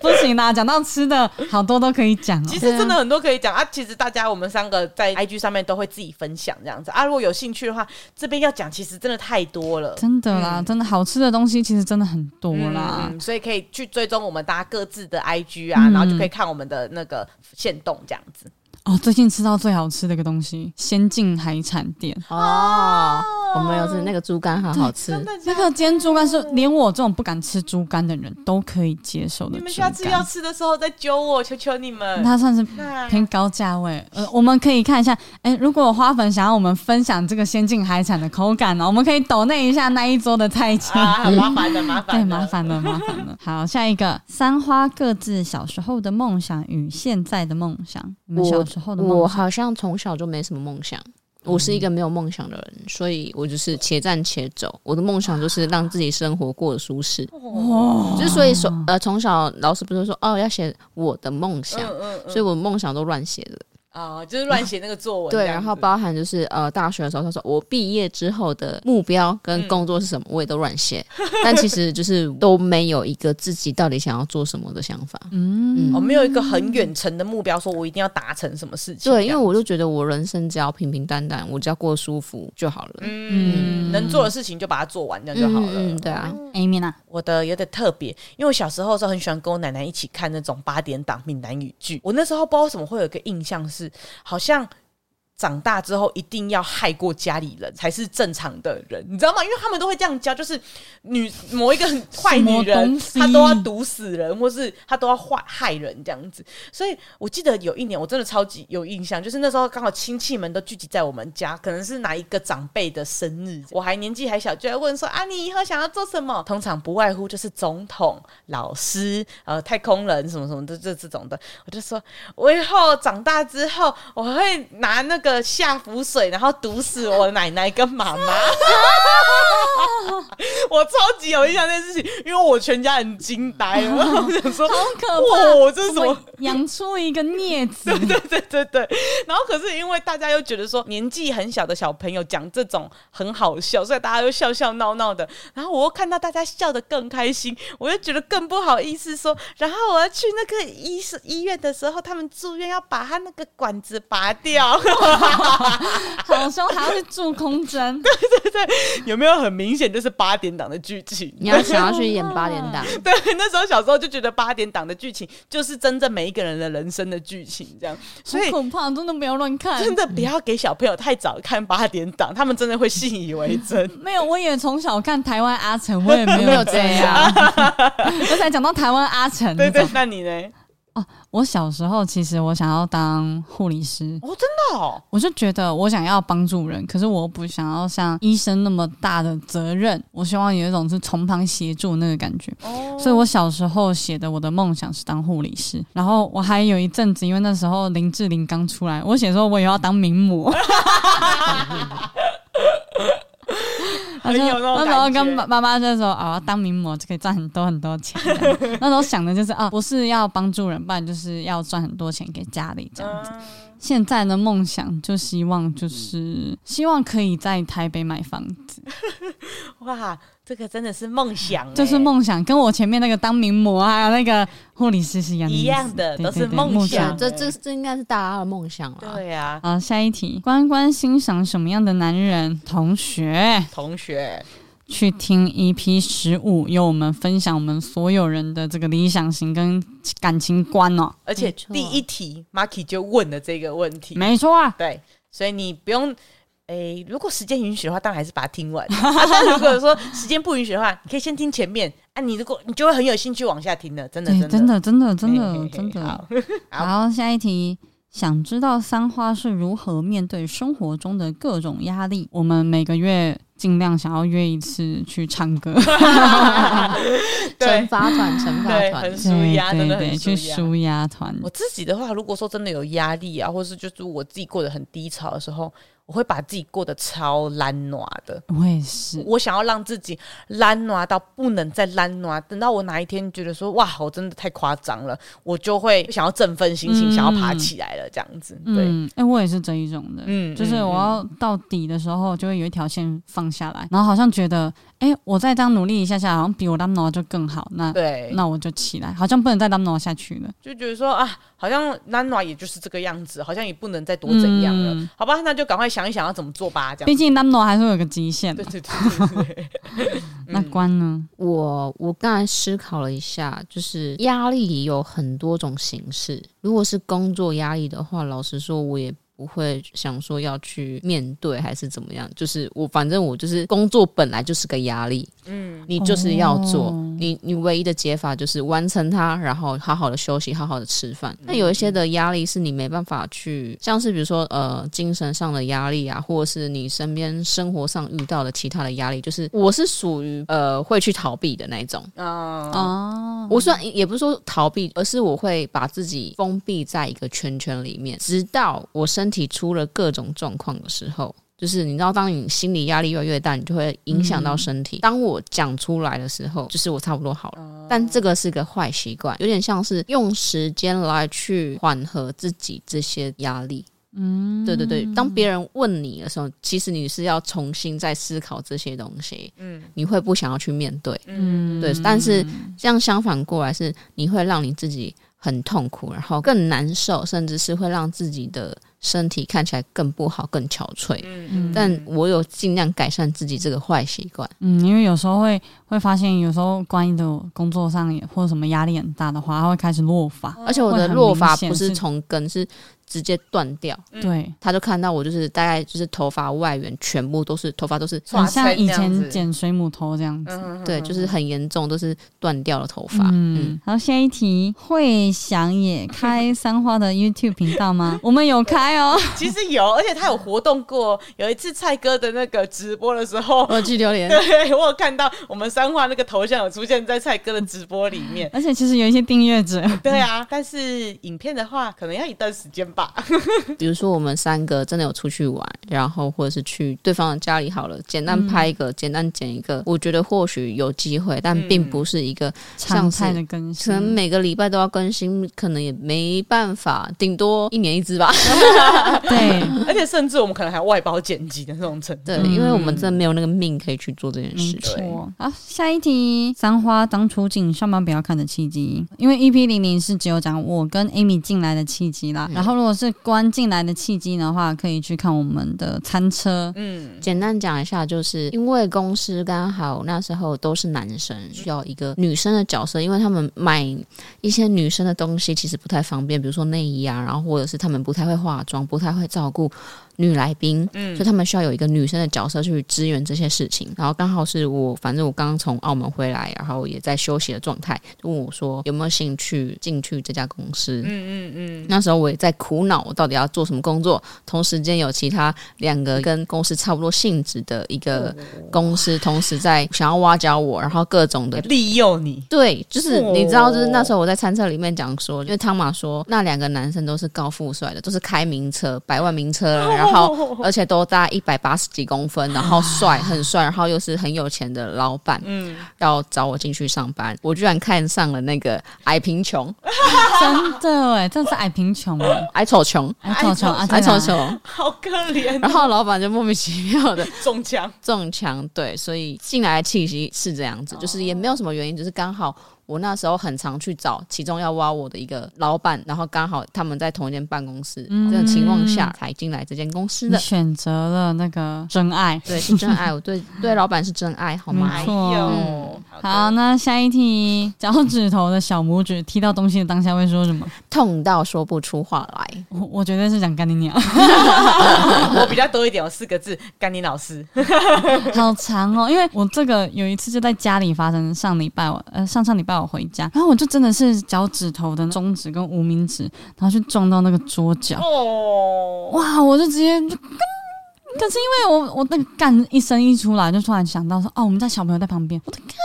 Speaker 1: 不行啦，讲到吃的，好多都可以讲哦。
Speaker 2: 其实真的很多可以讲啊。其实大家我们三个在 IG 上面都会自己分享这样子啊。如果有兴趣的话，这边要讲其实真的太多了。
Speaker 1: 真的啦，真的好吃的东西其实真的很多啦。
Speaker 2: 嗯，所以可以去追踪我们大家各自的 IG 啊，
Speaker 1: 嗯
Speaker 2: 然后就可以看我们的那个线动这样子。
Speaker 1: 哦，最近吃到最好吃的一个东西——仙境海产店，
Speaker 3: 哦，我们有吃那个猪肝，好好吃。
Speaker 1: 那个煎猪肝是连我这种不敢吃猪肝的人都可以接受的
Speaker 2: 你们
Speaker 1: 猪
Speaker 2: 下次要
Speaker 1: 肝。
Speaker 2: 吃的时候再揪我，求求你们。
Speaker 1: 它算是
Speaker 2: 那
Speaker 1: 偏高价位，呃，我们可以看一下，哎、如果花粉想要我们分享这个仙境海产的口感呢，我们可以抖那一下那一桌的菜价。
Speaker 2: 啊， 很麻烦的，麻烦
Speaker 1: 对，
Speaker 2: 的，
Speaker 1: 麻烦了，麻烦了。好，下一个，三花各自小时候的梦想与现在的梦想。你们小时候的
Speaker 3: 我
Speaker 1: 梦想，嗯
Speaker 3: 好像从小就没什么梦想，我是一个没有梦想的人，所以我就是且战且走。我的梦想就是让自己生活过得舒适。
Speaker 1: 哦
Speaker 3: 就是所以说，呃，从小老师不是说哦要写我的梦想，
Speaker 2: 嗯嗯
Speaker 3: 所以我梦想都乱写的。
Speaker 2: 啊，就是乱写那个作文这
Speaker 3: 对，
Speaker 2: 样子。
Speaker 3: 然后包含就是呃，大学的时候，他说我毕业之后的目标
Speaker 2: 嗯
Speaker 3: 跟工作是什么，我也都乱写，但其实就是都没有一个自己到底想要做什么的想法。
Speaker 1: 嗯
Speaker 2: 我哦没有一个很远程的目标，说我一定要达成什么事情。
Speaker 3: 对，
Speaker 2: 这
Speaker 3: 因为
Speaker 2: 样
Speaker 3: 我就觉得我人生只要平平淡淡，我只要过得舒服就好了。嗯，
Speaker 2: 嗯，能做的事情就把它做完，这样就好了。
Speaker 3: 嗯，对啊，
Speaker 1: Amy 呢？
Speaker 2: 我的有点特别，因为我小时候的时候很喜欢跟我奶奶一起看那种八点档闽南语剧。我那时候不知道为什么会有一个印象是，好像长大之后一定要害过家里人才是正常的人，你知道吗？因为他们都会这样教，就是女某一个很坏女
Speaker 1: 什么东
Speaker 2: 人，
Speaker 1: 西
Speaker 2: 她都要毒死人，或是她都要坏害人这样子。所以我记得有一年我真的超级有印象，就是那时候刚好亲戚们都聚集在我们家，可能是哪一个长辈的生日，我还年纪还小，就在问说啊，你以后想要做什么？通常不外乎就是总统、老师、呃太空人什么什么的这这种的。我就说，我以后长大之后，我会 拿那个下浮水，然后毒死我奶奶跟妈妈。我超级有印象这件事情，因为我全家人惊呆了，我想说，
Speaker 1: 好可怕！
Speaker 2: 哇，这是什么？
Speaker 1: 养出一个孽子？
Speaker 2: 对 对对对，然后可是因为大家又觉得说年纪很小的小朋友讲这种很好笑，所以大家又笑笑闹闹的。然后我又看到大家笑得更开心，我又觉得更不好意思说。然后我要去那个医生医院的时候，他们住院要把他那个管子拔 掉，
Speaker 1: 好凶，还要去注空针？
Speaker 2: 有没有很明显就是八点档的剧情？
Speaker 3: 你要想要去演八点档，
Speaker 2: 对，那时候小时候就觉得八点档的剧情就是真正每一个人的人生的剧情，这样，
Speaker 1: 好
Speaker 2: 所以
Speaker 1: 可怕，真的不要乱看。
Speaker 2: 真的不要给小朋友太早看八点档，他们真的会信以为真。
Speaker 1: 没有，我也从小看台湾阿成， 我也没
Speaker 3: 没有啊
Speaker 1: 这
Speaker 2: 啊
Speaker 3: 这样。
Speaker 1: 我才讲到台湾阿成
Speaker 2: 对
Speaker 1: 那
Speaker 2: 对
Speaker 1: 种，。
Speaker 2: 那你呢？
Speaker 1: 我小时候其实我想要当护理师，
Speaker 2: 哦，真的哦，
Speaker 1: 我就觉得我想要帮助人，可是我不想要像医生那么大的责任，我希望有一种是从旁协助那个感觉。
Speaker 2: 哦
Speaker 1: 所以我小时候写的我的梦想是当护理师，然后我还有一阵子，因为那时候林志玲刚出来，我写说我也要当名 模。
Speaker 2: 很有那种
Speaker 1: 那时候
Speaker 2: 感觉
Speaker 1: 跟妈妈妈就说啊，我要当名模就可以赚很多很多钱。这样那时候想的就是啊，不是要帮助人，不然就是要赚很多钱给家里这
Speaker 2: 啊
Speaker 1: 样子。现在的梦想就希望就是希望可以在台北买房子，
Speaker 2: 哇，这个真的是梦想欸，
Speaker 1: 就是梦想，跟我前面那个当名模还有那个护理师是一样的意思
Speaker 2: 一样的
Speaker 1: 对
Speaker 2: 都是
Speaker 1: 对对
Speaker 2: 梦
Speaker 1: 梦
Speaker 2: 想欸
Speaker 1: 想
Speaker 3: 对，啊这这这应该是大家的梦想了。
Speaker 2: 对啊呀、
Speaker 1: 好，下一题，关关欣赏什么样的男人？同学
Speaker 2: 同学，
Speaker 1: 去听 EP 十五，有我们分享我们所有人的这个理想型跟感情观 哦。
Speaker 2: 而且
Speaker 3: 没错
Speaker 2: 第一题 Marky 就问了这个问题，
Speaker 1: 没错啊，
Speaker 2: 对，所以你不用。诶，如果时间允许的话，当然还是把它听完。 啊，但如果说时间不允许的话，你可以先听前面啊。你如果你就会很有兴趣往下听的，真的，
Speaker 1: 对，
Speaker 2: 真
Speaker 1: 真的，哎真的，真
Speaker 2: 嘿嘿
Speaker 1: 的，
Speaker 2: 嘿
Speaker 1: 真的
Speaker 2: 好。
Speaker 1: 好，下一题。想知道三花是如何面对生活中的各种压力？我们每个月尽量想要约一次去唱歌，
Speaker 2: 对
Speaker 3: 惩罚 团，惩罚
Speaker 2: 对，
Speaker 3: 团
Speaker 2: 很，舒压，
Speaker 1: 对
Speaker 2: 真的
Speaker 1: 对
Speaker 2: 很
Speaker 1: 对，去
Speaker 2: 舒压。
Speaker 1: 舒压团。
Speaker 2: 我自己的话，如果说真的有压力啊，或是就是我自己过得很低潮的时候，我会把自己过得超懒暖的。
Speaker 1: 我也是，
Speaker 2: 我想要让自己懒暖到不能再懒暖，等到我哪一天觉得说哇，我真的太夸张了，我就会想要振奋心情，
Speaker 1: 嗯
Speaker 2: 想要爬起来了，这样子。对，
Speaker 1: 嗯，哎、我也是这一种的，
Speaker 2: 嗯
Speaker 1: 就是我要到底的时候，就会有一条线放下来，然后好像觉得，哎、我再这样努力一下下，好像比我当脑就更好，那
Speaker 2: 嗯对，
Speaker 1: 那我就起来，好像不能再当脑下去了。
Speaker 2: 就觉得说啊，好像懒暖也就是这个样子，好像也不能再多怎样了，
Speaker 1: 嗯
Speaker 2: 好吧，那就赶快想一想要怎么做吧，这样
Speaker 1: 毕。竟当脑还是会有个极限的
Speaker 2: 对。对嗯对对对对，
Speaker 1: 那关呢？
Speaker 3: 我我刚才思考了一下，就是压力有很多种形式。如果是工作压力的话，老实说，我也不会想说要去面对还是怎么样。就是我反正我就是工作本来就是个压力，嗯，你就是要做，
Speaker 1: 哦
Speaker 3: 你你唯一的解法就是完成它，然后好好的休息，好好的吃饭。那有一些的压力是你没办法去，像是比如说呃精神上的压力啊，或者是你身边生活上遇到的其他的压力，就是我是属于呃会去逃避的那一种。
Speaker 2: 嗯，
Speaker 1: 哦，
Speaker 3: 我虽然也不是说逃避，而是我会把自己封闭在一个圈圈里面，直到我身体出了各种状况的时候。就是你知道，当你心理压力越来越大，你就会影响到身体。当我讲出来的时候，就是我差不多好了。但这个是个坏习惯，有点像是用时间来去缓和自己这些压力。嗯，对对对，当别人问你的时候，其实你是要重新再思考这些东西。嗯，你会不想要去面对。
Speaker 1: 嗯
Speaker 3: 对，但是这样相反过来是你会让你自己很痛苦，然后更难受，甚至是会让自己的身体看起来更不好、更憔悴。
Speaker 1: 嗯
Speaker 3: 但我有尽量改善自己这个坏习惯。
Speaker 1: 嗯，因为有时候会会发现，有时候关于的工作上也或者什么压力很大的话，他会开始落发。
Speaker 3: 而且我的
Speaker 1: 哦会很
Speaker 3: 落发
Speaker 1: 明显
Speaker 3: 不是
Speaker 1: 是
Speaker 3: 从根，是直接断掉。
Speaker 1: 对，
Speaker 3: 他就看到我就是大概就是头发外缘全部都是头发都是
Speaker 1: 很像以
Speaker 2: 嗯刷成这样
Speaker 1: 前
Speaker 2: 子嗯
Speaker 1: 剪水母头这样子。
Speaker 3: 对，就是很严重，都是断掉了头发。嗯
Speaker 1: 嗯，好，下一题，会想也开三花的 YouTube 频道吗？我们有开哦，
Speaker 2: 其实有，而且他有活动过。有一次蔡哥的那个直播的时候，
Speaker 3: 我去 榴莲，
Speaker 2: 对我有看到我们三花那个头像有出现在蔡哥的直 播里面。
Speaker 1: 而且其实有一些订阅者，
Speaker 2: 对啊，但是影片的话，可能要一段时间吧。吧。
Speaker 3: 比如说我们三个真的有出去玩，然后或者是去对方的家里好了，简单拍
Speaker 1: 嗯
Speaker 3: 一个，简单剪一个，我觉得或许有机会，但并
Speaker 1: 嗯
Speaker 3: 不是一个
Speaker 1: 常
Speaker 3: 像是
Speaker 1: 态的更
Speaker 3: 可能
Speaker 1: 新。
Speaker 3: 每个礼拜都要更新，可能也没办法，顶多一年一支吧。
Speaker 1: 对，
Speaker 2: 而且甚至我们可能还外包剪辑的那种程度。
Speaker 3: 对，
Speaker 1: 嗯
Speaker 3: 因为我们真的没有那个命可以去做这件
Speaker 1: 没
Speaker 3: 事情。
Speaker 1: 错。好，下一题，三花当初进上班不要看的契机，因为 EP 零零是只有讲我跟 Amy 进来的契机啦。然后如果是关进来的契机的话，可以去看我们的餐车。
Speaker 2: 嗯，
Speaker 3: 简单讲一下，就是因为公司刚好那时候都是男生，需要一个女生的角色，因为他们买一些女生的东西其实不太方便，比如说内衣啊，然后或者是他们不太会化妆，不太会照顾女来宾，所以他们需要有一个女生的角色去支援这些事情。然后刚好是我，反正我刚刚从澳门回来，然后也在休息的状态，就问我说有没有兴趣进去这家公司。嗯嗯嗯。那时候我也在苦恼，我到底要做什么工作，同时间有其他两个跟公司差不多性质的一个公司，同时在想要挖角我，然后各种的
Speaker 2: 利诱你，
Speaker 3: 对，就是
Speaker 2: 哦
Speaker 3: 你知道，就是那时候我在餐车里面讲说，因为汤马说那两个男生都是高富帅的，都是开名车、百万名车，然
Speaker 2: 哦
Speaker 3: 后而且都大概一百八十几公分，然后帅，很帅，然后又是很有钱的老板，嗯，要找我进去上班，我居然看上了那个矮贫穷、
Speaker 1: 真的哎，真的是矮贫穷哎，
Speaker 3: 矮丑穷、
Speaker 1: 矮丑穷，啊
Speaker 3: 矮丑。
Speaker 1: 对啊
Speaker 3: 穷，
Speaker 2: 好可怜
Speaker 3: 然后老板就莫名其妙的
Speaker 2: 中枪。
Speaker 3: 中枪，对，所以进来的气息是这样子，就是也没有什么原因，就是刚好我那时候很常去找其中要挖我的一个老板，然后刚好他们在同一间办公室，这种情况下才进来这间公司
Speaker 1: 你
Speaker 3: 的。
Speaker 1: 选择了那个真爱。
Speaker 3: 对，是真爱，我对对老板是真爱，好吗？
Speaker 1: 没
Speaker 2: 哎
Speaker 1: 错
Speaker 2: 呦，
Speaker 1: 好，
Speaker 2: 的，
Speaker 1: 那下一题，脚趾头的小拇指踢到东西的当下会说什么？
Speaker 3: 痛到说不出话来，
Speaker 1: 我我绝对是想干你 娘，
Speaker 2: 我比较多一点，我四个字，甘宁老 师。
Speaker 1: 好长哦。因为我这个有一次就在家里发生，上礼拜我呃上上礼拜我回家，然后我就真的是脚趾头的中指跟无名指，然后去撞到那个桌角，
Speaker 2: 哦，
Speaker 1: 哇！我就直接就干。可是因为我我那个干一声一出来，就突然想到说，哦，我们家小朋友在旁边，我的干，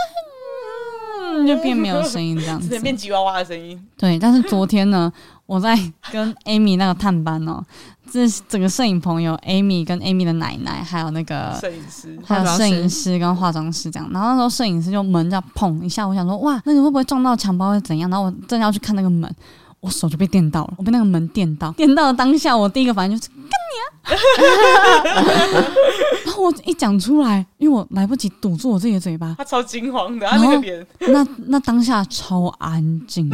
Speaker 1: 就变没有声音这 样子
Speaker 2: 只能。变吉娃娃的声音。
Speaker 1: 对，但是昨天呢， 我在跟 Amy 那个探班哦，这是整个摄影朋友 Amy 跟 Amy 的奶奶，还有那个
Speaker 2: 摄影师，
Speaker 1: 还有
Speaker 3: 化妆
Speaker 1: 摄影
Speaker 3: 师
Speaker 1: 师跟化妆师这样。然后那时候摄影师就门这样砰一下，我想说哇，那个会不会撞到墙，不知道会怎样。然后我正要去看那个门，我手就被电到了，我被那个门电到，电到的当下，我第一个反应就是干你啊！ 然后我一讲出来，因为我来不及堵住我自己的嘴巴，
Speaker 2: 他超惊慌的，他那个脸。
Speaker 1: 那那当下超安静。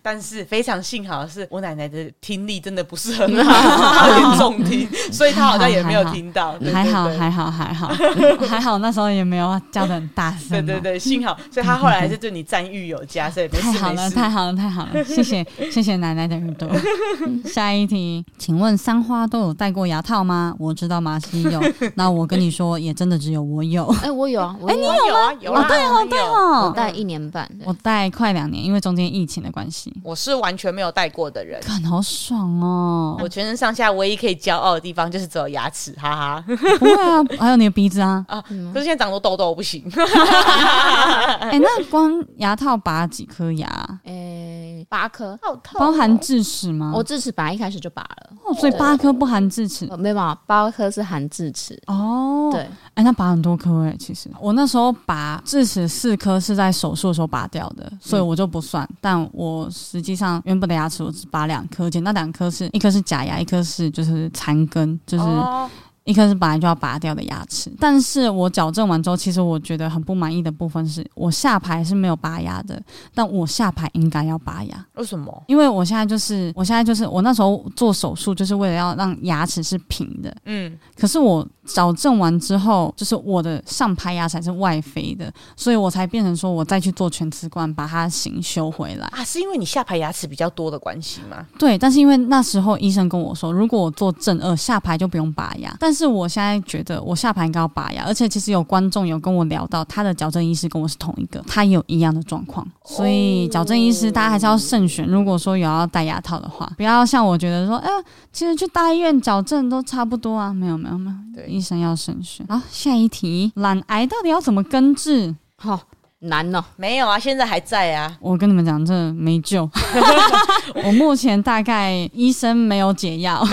Speaker 2: 但是非常幸好的是我奶奶的听力真的不是很好，她有点重听，所以她好像也没有听到。对
Speaker 1: 还好，。
Speaker 2: 对对
Speaker 1: 还好，还 好，还好，那时候也没有叫的很大声、
Speaker 2: 对
Speaker 1: 啊。
Speaker 2: 对对，幸好，所以她后来还是对你赞誉有加，所以没
Speaker 1: 太
Speaker 2: 事
Speaker 1: 好
Speaker 2: 没
Speaker 1: 了，
Speaker 2: 事。
Speaker 1: 太好了，太好了！谢谢，谢谢奶奶的耳朵。 下一题，请问三花都有戴过牙套吗？我知道马西 有，那我跟你说，也真的只有我有。
Speaker 3: 哎、我有啊，我有啊、
Speaker 2: 有啊有啊，对 哦对
Speaker 3: 我
Speaker 1: 哦，
Speaker 3: 戴一年半，对
Speaker 1: 我戴快两年，因为中间疫情的关系，
Speaker 2: 我是完全没有戴过的人。
Speaker 1: 看好爽哦！
Speaker 2: 我全身上下唯一可以骄傲的地方就是只有牙齿，哈哈。
Speaker 1: 不会啊，还有你的鼻子 啊。
Speaker 2: 可是现在长出痘痘我不行，
Speaker 1: 哎、那光牙套拔几颗牙？
Speaker 3: 哎、八颗，哦
Speaker 2: 好痛
Speaker 1: 包含智齿吗？
Speaker 3: 我智齿拔一开始就拔了，
Speaker 1: 哦，所以八颗不含智齿
Speaker 3: 呃没办法，八颗是含智齿，
Speaker 1: 哦。
Speaker 3: 对，
Speaker 1: 哎、那拔很多颗哎、其实我那时候拔智齿四颗是在手术的时候拔掉的，所以我就不算。但我实际上原本的牙齿我只拔两颗，而且那两颗是一颗是假牙，一颗是就是残根，就是
Speaker 2: 哦
Speaker 1: 一颗是本来就要拔掉的牙齿。但是我矫正完之后，其实我觉得很不满意的部分是我下排是没有拔牙的，但我下排应该要拔牙。
Speaker 2: 为什么？
Speaker 1: 因为我现在就是，我现在就是，我那时候做手术就是为了要让牙齿是平的，
Speaker 2: 嗯，
Speaker 1: 可是我矫正完之后，就是我的上排牙才是外飞的，所以我才变成说我再去做全瓷冠，把它形修回来。
Speaker 2: 啊，是因为你下排牙齿比较多的关系吗？
Speaker 1: 对，但是因为那时候医生跟我说，如果我做正二下排就不用拔牙，但是我现在觉得我下排应该要拔牙，而且其实有观众有跟我聊到，他的矫正医师跟我是同一个，他也有一样的状况，所以矫正医师大家还是要慎选。如果说有要戴牙套的话，不要像我觉得说，哎、其实去大医院矫正都差不多啊，没有没有没有，
Speaker 2: 对
Speaker 1: 医生要慎选。好，下一题，懒癌到底要怎么根治？
Speaker 3: 好、难哦。
Speaker 2: 没有啊，现在还在啊。
Speaker 1: 我跟你们讲，这没救。 我目前大概医生没有解药，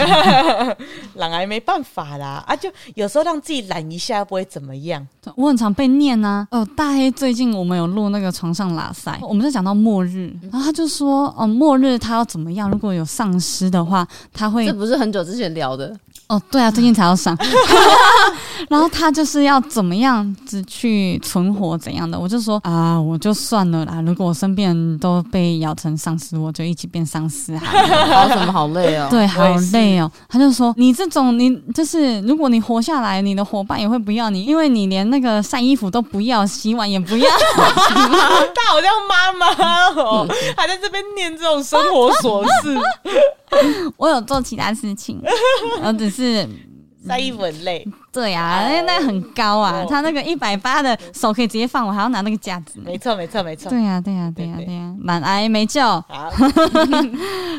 Speaker 2: 懒癌没办法啦，啊，就有时候让自己懒一下不会怎么样。
Speaker 1: 我很常被念呐、哦，大黑最近我们有录那个床上拉塞，我们在讲到末日，然后他就说，哦，末日他要怎么样？如果有丧尸的话，他会
Speaker 3: 这不是很久之前聊的，
Speaker 1: 哦，对啊，最近才要上，然后他就是要怎么样子去存活怎样的，我就说啊，我就算了啦，如果我身边人都被咬成丧尸，我就一起变丧尸好了。
Speaker 3: 好什么好累哦。
Speaker 1: 对，好
Speaker 2: 也是
Speaker 1: 累哦。他就说你这种，你就是如果你活下来，你的伙伴也会不要你，因为你连那个晒衣服都不要，洗碗也不要。
Speaker 2: 她好像妈妈哦，还在这边念这种生活琐事，
Speaker 1: 我有做其他事情，我只是
Speaker 2: 晒衣服很累。
Speaker 1: 对啊，那那很高啊，他那个一百八的手可以直接放，我还要拿那个架子呢。
Speaker 2: 没错，没错，没错。
Speaker 1: 对啊呀、对呀、对呀、
Speaker 2: 对
Speaker 1: 对呀、懒癌没救。
Speaker 2: 好，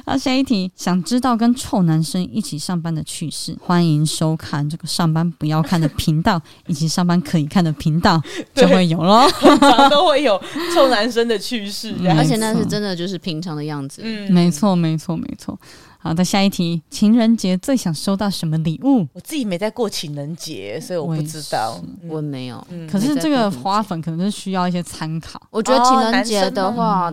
Speaker 1: 好，下一题，想知道跟臭男生一起上班的趣事，欢迎收看这个上班不要看的频道，以及上班可以看的频道，就会有喽。
Speaker 2: 通常都会有臭男生的趣事，这样
Speaker 1: 嗯
Speaker 3: 而且那是真的就是平常的样子。
Speaker 2: 嗯，
Speaker 1: 没。错，没错，没错。好的，下一题，情人节最想收到什么礼物？
Speaker 2: 我自己没在过情人节，所以我不知道。
Speaker 3: 我没有，
Speaker 2: 嗯
Speaker 1: 可是这
Speaker 3: 没在
Speaker 1: 个
Speaker 3: 过情人节
Speaker 1: 花粉可能是需要一些参考。
Speaker 3: 我觉得情人
Speaker 2: 哦
Speaker 3: 节
Speaker 2: 男生吗
Speaker 3: 的话，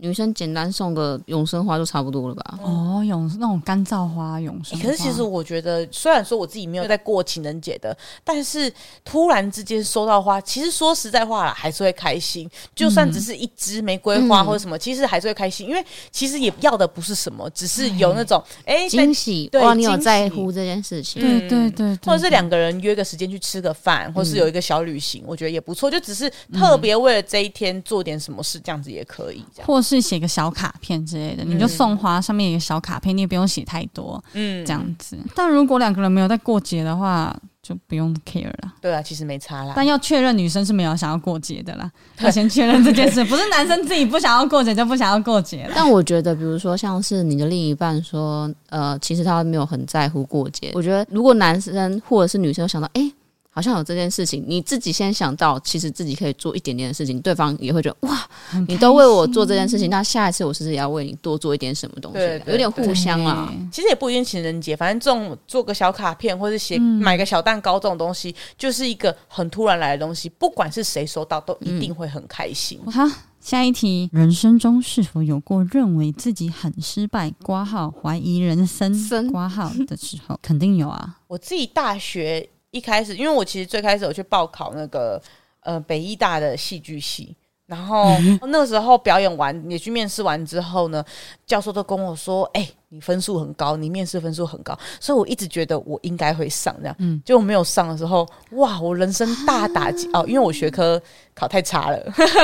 Speaker 3: 女生简单送个永生花就差不多了吧。
Speaker 1: 哦，永那种干燥花永生
Speaker 2: 欸
Speaker 1: 花、
Speaker 2: 可是其实我觉得，虽然说我自己没有在过情人节的，但是突然之间收到花，其实说实在话啦，还是会开心。就算只是一支玫瑰花
Speaker 3: 嗯
Speaker 2: 或者什么，其实还是会开心，因为其实也要的不是什么，只是有那种哎，在
Speaker 3: 惊喜
Speaker 2: 对
Speaker 3: 哇！你有
Speaker 2: 惊喜嗯
Speaker 3: 在乎这件事情？
Speaker 1: 对对对对，
Speaker 2: 或者是两个人约个时间去吃个饭，或是有一个小旅行，我觉得也不错。就只是特别为了这一天做点什么事，这样子也可以。这样，
Speaker 1: 或是写个小卡片之类的，你就送花，上面有个小卡片，你也不用写太多，
Speaker 2: 嗯，
Speaker 1: 这样子。但如果两个人没有在过节的话，就不用 care 了。
Speaker 2: 对啊，其实没差啦。
Speaker 1: 但要确认女生是没有想要过节的啦，要先确认这件事，不 是男生自己不想要过节就不想要过节了。
Speaker 3: 但我觉得，比如说像是你的另一半说，呃，其实他没有很在乎过节。我觉得，如果男生或者是女生有想到，哎、好像有这件事情，你自己先想到，其实自己可以做一点点的事情，对方也会觉得哇，你都为我做这件事情，那下一次我是不是也要为你多做一点什么东西？
Speaker 2: 对对
Speaker 3: 有点互相啊啦。
Speaker 1: 对
Speaker 2: 其实也不一定情人节，反正这种做个小卡片或者写、买个小蛋糕这种东西，就是一个很突然来的东西，不管是谁收到，都一定会很开心。
Speaker 1: 好，下一题，人生中是否有过认为自己很失败、挂号怀疑人生
Speaker 3: 生、
Speaker 1: 挂号的时候？肯定有啊。
Speaker 2: 我自己大学一开始，因为我其实最开始有去报考那个呃北医大的戏剧系。然后哦那时候表演完，也去面试完之后呢，教授都跟我说：“哎、你分数很高，你面试分数很高。”所以我一直觉得我应该会上这样。嗯，结果没有上的时候，哇，我人生大打击、哦！因为我学科考太差了，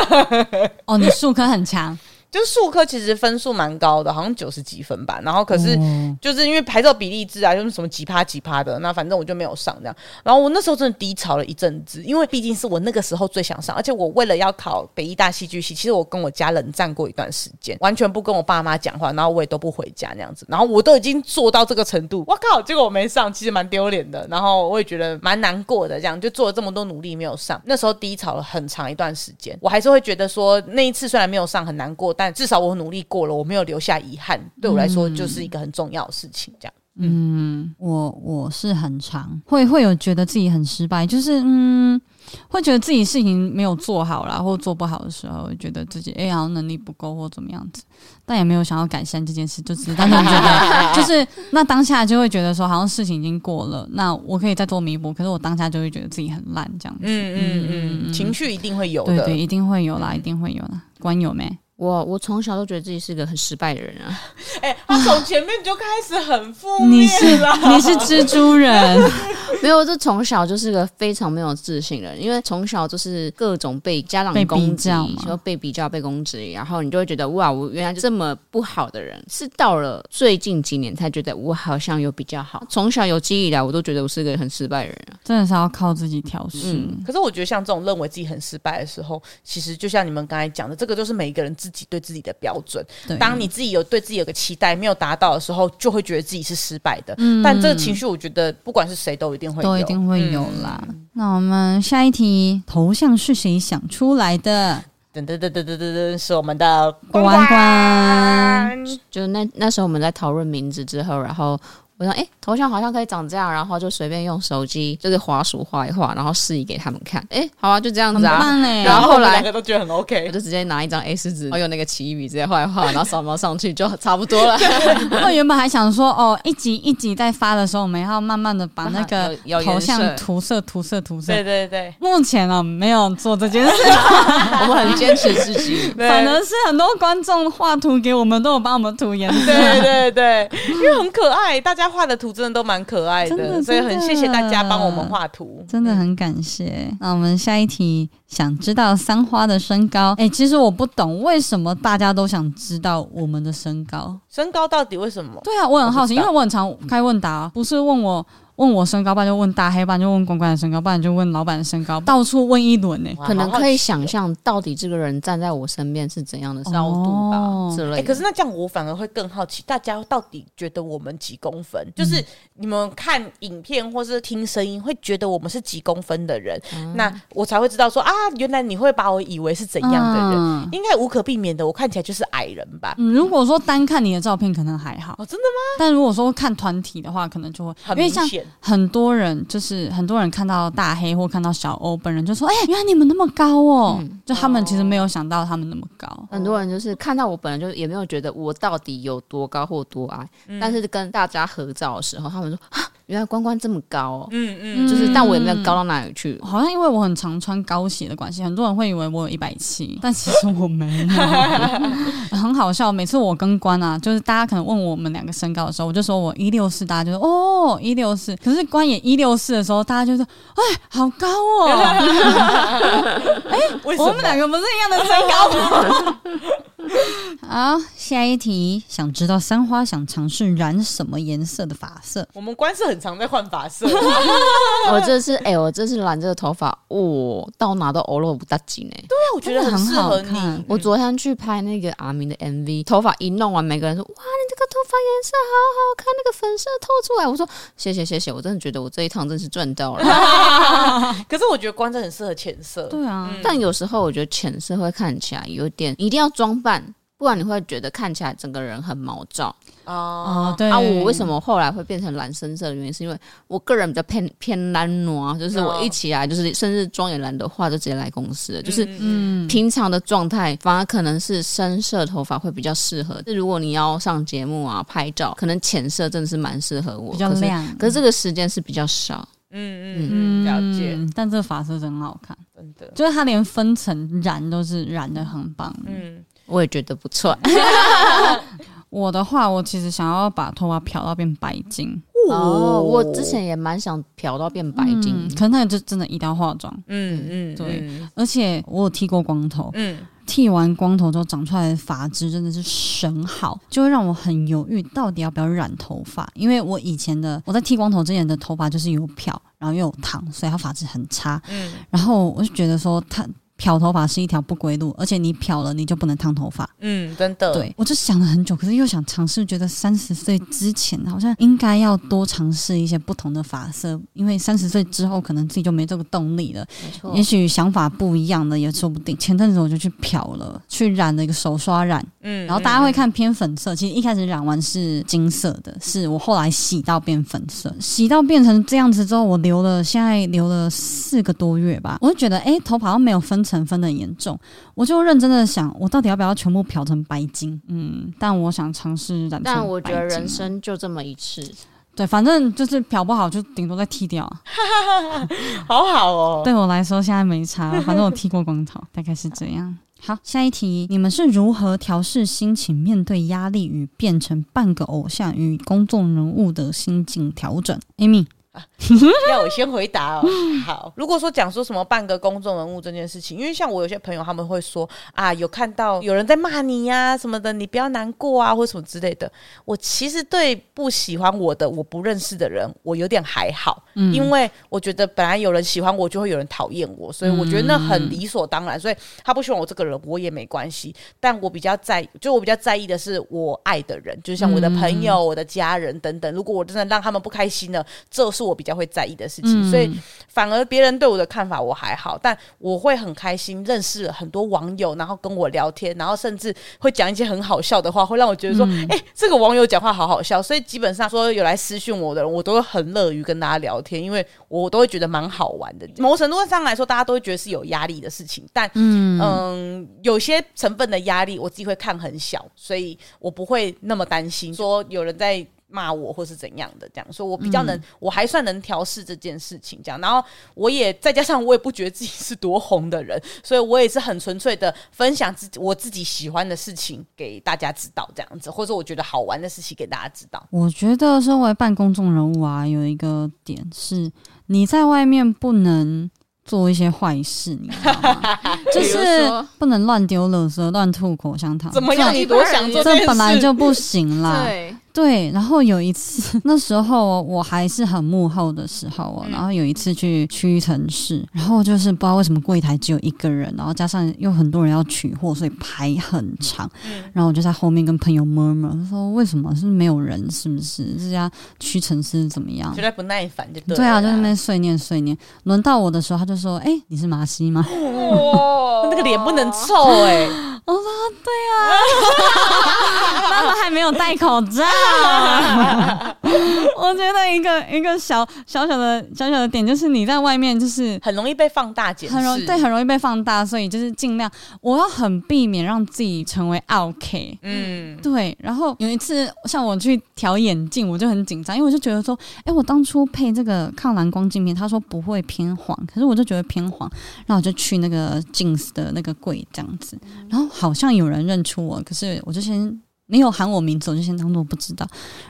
Speaker 1: 哦，你数科很强，
Speaker 2: 就是数科其实分数蛮高的，好像九十几分吧。然后可是
Speaker 1: 哦
Speaker 2: 就是因为牌照比例制啊，就是什么几趴几趴的，那反正我就没有上这样。然后我那时候真的低潮了一阵子，因为毕竟是我那个时候最想上，而且我为了要考北医大戏剧系，其实我跟我家冷战过一段时间，完全不跟我爸妈讲话，然后我也都不回家那样子。然后我都已经做到这个程度，我靠，结果我没上，其实蛮丢脸的。然后我也觉得蛮难过的，这样就做了这么多努力没有上，那时候低潮了很长一段时间，我还是会觉得说那一次虽然没有上很难过，但至少我努力过了，我没有留下遗憾，对我来说就是一个很重要的事情，这样。
Speaker 1: 我我是很常会会有觉得自己很失败，就是嗯，会觉得自己事情没有做好啦，或做不好的时候，会觉得自己哎、好像能力不够或怎么样子，但也没有想要改善这件事，就只是单纯觉得就是那当下就会觉得说好像事情已经过了，那我可以再做弥补，可是我当下就会觉得自己很烂这样子。
Speaker 2: 嗯嗯嗯，嗯情绪一定会有
Speaker 1: 对
Speaker 2: 的。
Speaker 1: 对，一定会有啦，一定会有啦。关有没？
Speaker 3: 我我从小都觉得自己是个很失败的人啊，
Speaker 2: 哎、他从前面就开始很负
Speaker 1: 你是
Speaker 2: 面了。
Speaker 1: 你是蜘蛛人，
Speaker 3: 没有，就从小就是个非常没有自信的人，因为从小就是各种被家长
Speaker 1: 被比
Speaker 3: 攻击
Speaker 1: 较嘛，
Speaker 3: 就被比较、被攻击，然后你就会觉得哇，我原来就这么不好的人，是到了最近几年才觉得我好像有比较好。从小有记忆以来，我都觉得我是个很失败的人啊。
Speaker 1: 真的是要靠自己调试。
Speaker 3: 嗯
Speaker 2: 可是我觉得像这种认为自己很失败的时候，其实就像你们刚才讲的，这个就是每一个人自己对自己的标准。
Speaker 1: 对，
Speaker 2: 当你自己有对自己有个期待没有达到的时候，就会觉得自己是失败的。但这个情绪，我觉得不管是谁都一定会
Speaker 1: 嗯
Speaker 2: 有，嗯
Speaker 1: 都一定会有啦。那我们下一题，头像是谁想出来的？
Speaker 2: 噔噔噔噔噔噔噔，是我们的
Speaker 1: 关关，
Speaker 3: 就那那时候我们在讨论名字之后，然后我说，哎、头像好像可以长这样，然后就随便用手机就是滑鼠画一画，然后示意给他们看，哎、好啊，就这样
Speaker 1: 很
Speaker 3: 子啊。
Speaker 1: 棒哎、
Speaker 3: 然后
Speaker 2: 我们
Speaker 3: 来
Speaker 2: 两个都觉得很
Speaker 3: 我
Speaker 2: OK。
Speaker 3: 就直接拿一张 A 四纸，然后用那个奇异笔直接画一画，然后扫描上去就差不多了。
Speaker 1: 我原本还想说，哦，一集一集在发的时候，我们要慢慢的把那 个
Speaker 3: 有有颜
Speaker 1: 头像
Speaker 3: 色
Speaker 1: 涂色、涂色、涂色
Speaker 2: 对。对对，
Speaker 1: 目前啊，没有做这件事，
Speaker 3: 我们很坚持自己。
Speaker 2: 对
Speaker 1: 反而是很多观众画图给我们，都有帮我们涂颜色。
Speaker 2: 对对对，因为很可爱，大家画的图真的都蛮可爱的，
Speaker 1: 真的
Speaker 2: 所以很
Speaker 1: 真的
Speaker 2: 谢谢大家帮我们画图。
Speaker 1: 真的很感谢。那我们下一题，想知道三花的身高？哎、其实我不懂为什么大家都想知道我们的身高。
Speaker 2: 身高到底为什么？
Speaker 1: 对啊，我很好奇，
Speaker 2: 我不知
Speaker 1: 因
Speaker 2: 道
Speaker 1: 为我很常开问答，啊不是问我问我身高，不然就问大黑，不然就问公关的身高，不然就问老板的身高，到处问一轮呢、
Speaker 2: 哇
Speaker 3: 可能可
Speaker 2: 好
Speaker 3: 以。
Speaker 2: 好
Speaker 3: 想
Speaker 2: 奇哦
Speaker 3: 象到底这个人站在我身边是怎样的高度吧、
Speaker 1: 哦
Speaker 3: 之
Speaker 2: 哎、
Speaker 3: 类的。
Speaker 2: 可是那这样我反而会更好奇，大家到底觉得我们几公
Speaker 1: 嗯
Speaker 2: 分？就是你们看影片或是听声音，会觉得我们是几公分的人，
Speaker 1: 嗯
Speaker 2: 那我才会知道说啊，原来你会把我以为是怎样的人，
Speaker 1: 嗯
Speaker 2: 应该无可避免的，我看起来就是矮人吧？
Speaker 1: 嗯，如果说单看你的照片可能还好，
Speaker 2: 哦，真的吗？
Speaker 1: 但如果说看团体的话，可能就会，
Speaker 2: 很
Speaker 1: 因为
Speaker 2: 明
Speaker 1: 像
Speaker 2: 显，
Speaker 1: 很多人就是很多人看到大黑或看到小欧本人就说：“哎、原来你们那么高哦！”
Speaker 2: 嗯
Speaker 1: 就他们其实没有想到他们那么高。
Speaker 3: 很多人就是看到我本来就也没有觉得我到底有多高或多矮，
Speaker 2: 嗯
Speaker 3: 但是跟大家合照的时候，他们说啊，原来关关这么高哦，
Speaker 2: 嗯嗯，
Speaker 3: 就是但我也没有高到哪里去。
Speaker 1: 好像因为我很常穿高鞋的关系，很多人会以为我有一百七， 但其实我没有，很好笑。每次我跟关啊，就是大家可能问我们两个身高的时候，我就说我一六四，大家就说哦一六四。可是关也一六四的时候，大家就说哎好高哦，
Speaker 2: 嗯 为什
Speaker 1: 我
Speaker 2: 么
Speaker 1: 们？两个不是一样的身高吗？好，下一题，想知道三花想尝试染什么颜色的发色？
Speaker 2: 我们官司很常在换发色，
Speaker 3: 我这次哎、我这次染这个头发，我、到哪都欧罗不搭紧哎。
Speaker 2: 我觉 得
Speaker 1: 真的很
Speaker 2: 适合
Speaker 1: 好
Speaker 2: 你。
Speaker 1: 看
Speaker 3: 我昨天去拍那个阿明的 MV，头发一弄完，每个人说：“哇，你这个头发颜色好好看，那个粉色透出来。”我说：“谢谢谢谢，我真的觉得我这一趟真是赚到了。
Speaker 2: 可是我觉得关真的很适合浅色，嗯
Speaker 1: 对啊，
Speaker 3: 但有时候我觉得浅色会看起来有点，一定要装扮，不然你会觉得看起来整个人很毛躁。
Speaker 2: 啊，
Speaker 1: 哦对
Speaker 3: 啊，我为什么后来会变成蓝深色的原因，是因为我个人比较偏偏懒暖，啊就是我一起来就是甚至妆也懒得化，就直接来公司了，就是。
Speaker 1: 嗯，
Speaker 3: 平常的状态反而可能是深色头发会比较适合，就如果你要上节目啊拍照，可能浅色真的是蛮适合我，
Speaker 1: 比较
Speaker 3: 可是。
Speaker 1: 亮，
Speaker 3: 可是这个时间是比较少，
Speaker 2: 嗯嗯嗯，了解，
Speaker 1: 嗯但这个发色真好看，
Speaker 2: 真的，
Speaker 1: 就是它连分层染都是染的很棒。
Speaker 2: 嗯，
Speaker 3: 我也觉得不错。
Speaker 1: 我的话，我其实想要把头发漂到变白金，
Speaker 3: 哦，我之前也蛮想漂到变白金，
Speaker 1: 嗯可能那就真的一定要化妆，
Speaker 2: 嗯，嗯嗯，
Speaker 1: 对
Speaker 2: 嗯，
Speaker 1: 而且我有剃过光头，
Speaker 2: 嗯，
Speaker 1: 剃完光头之后长出来的发质真的是神好，就会让我很犹豫到底要不要染头发，因为我以前的我在剃光头之前的头发就是有漂，然后又有烫，所以它发质很差。
Speaker 2: 嗯
Speaker 1: 然后我就觉得说它。漂头发是一条不归路，而且你漂了你就不能烫头发。
Speaker 2: 嗯，真的，
Speaker 1: 对，我就想了很久，可是又想尝试，觉得三十岁之前好像应该要多尝试一些不同的发色，因为三十岁之后可能自己就没这个动力了。
Speaker 3: 没错
Speaker 1: 也许想法不一样的也说不定。前阵子我就去漂了，去染了一个手刷染，
Speaker 2: 嗯，嗯，
Speaker 1: 然后大家会看偏粉色。其实一开始染完是金色的，是我后来洗到变粉色，洗到变成这样子之后，我留了现在留了四个多月吧，我就觉得诶，头发好像没有分层分的严重，我就认真的想，我到底要不要全部漂成白金？嗯，但我想尝试染成白金啊。
Speaker 3: 但我觉得人生就这么一次，
Speaker 1: 对，反正就是漂不好就顶多再剃掉啊。
Speaker 2: 好好哦，
Speaker 1: 对我来说，现在没差 了，反正我剃过光头，大概是这样。好，下一题，你们是如何调试心情，面对压力与变成半个偶像与公众人物的心境调整？Amy，
Speaker 2: 要我先回 答哦。好，如果说讲说什么半个公众人物这件事情，因为像我有些朋友他们会说啊，有看到有人在骂你呀、什么的，你不要难过啊，或什么之类的。我其实对不喜欢我的、我不认识的人，我有点还好，因为我觉得本来有人喜欢我，就会有人讨厌我，所以我觉得那很理所当然。所以他不喜欢我这个人，我也没关系。但我比较在，就我比较在意的是我爱的人，就像我的朋友、我的家人等等。如果我真的让他们不开心了，这是我比较会在意的事
Speaker 1: 嗯
Speaker 2: 情。嗯所以反而别人对我的看法我还好，但我会很开心认识了很多网友，然后跟我聊天，然后甚至会讲一些很好笑的话，会让我觉得说，哎、这个网友讲话好好笑。所以基本上说有来私讯我的人，我都会很乐于跟大家聊天，因为我都会觉得蛮好玩的。某程度上来说，大家都会觉得是有压力的事情，但嗯有些成分的压力我自己会看很小，所以我不会那么担心说有人在。骂我或是怎样的，这样，所以我比较
Speaker 1: 嗯
Speaker 2: 能，我还算能调试这件事情，这样。然后我也再加上我也不觉得自己是多红的人，所以我也是很纯粹的分享自己我自己喜欢的事情给大家知道，这样子，或者我觉得好玩的事情给大家知道。
Speaker 1: 我觉得身为半公众人物啊，有一个点是，你在外面不能做一些坏事，你知道 吗？就
Speaker 3: 比如
Speaker 1: 是
Speaker 3: 说
Speaker 1: 不能乱丢垃圾、乱吐口香糖，
Speaker 2: 怎么样？
Speaker 1: 这
Speaker 2: 你多想做这件
Speaker 1: 这
Speaker 2: 事？
Speaker 1: 本来就不行啦。
Speaker 3: 对，
Speaker 1: 对，然后有一 次，那时候我还是很幕后的时候
Speaker 2: 嗯
Speaker 1: 哦，然后有一次去屈臣氏，然后就是不知道为什么柜台只有一个人，然后加上又很多人要取货，所以排很长，
Speaker 2: 嗯
Speaker 1: 然后我就在后面跟朋友 murmur 说为什么是没有人，是不是这家屈臣氏怎么样
Speaker 2: 觉？得不耐烦就对了。
Speaker 1: 对啊，就在那边碎念碎念。轮到我的时候，他就说：“哎、你是麻西吗
Speaker 3: 哇
Speaker 2: 那个脸不能臭哎、？”
Speaker 1: 我说：“对啊，那时候还没有戴口罩。”我觉得一个一个小小小的小小的点，就是你在外面就是
Speaker 2: 很容易被放大解释。
Speaker 1: 很容对，很容易被放大，所以就是尽量我要很避免让自己成为 OK。
Speaker 2: 嗯，
Speaker 1: 对，然后有一次，像我去调眼镜，我就很紧张，因为我就觉得说，哎，我当初配这个抗蓝光镜片，他说不会偏黄，可是我就觉得偏黄，然后我就去那个 Jeans 的那个柜这样子，然后好像有人认出我，可是我就先没有喊我名字，我就先当做不知道，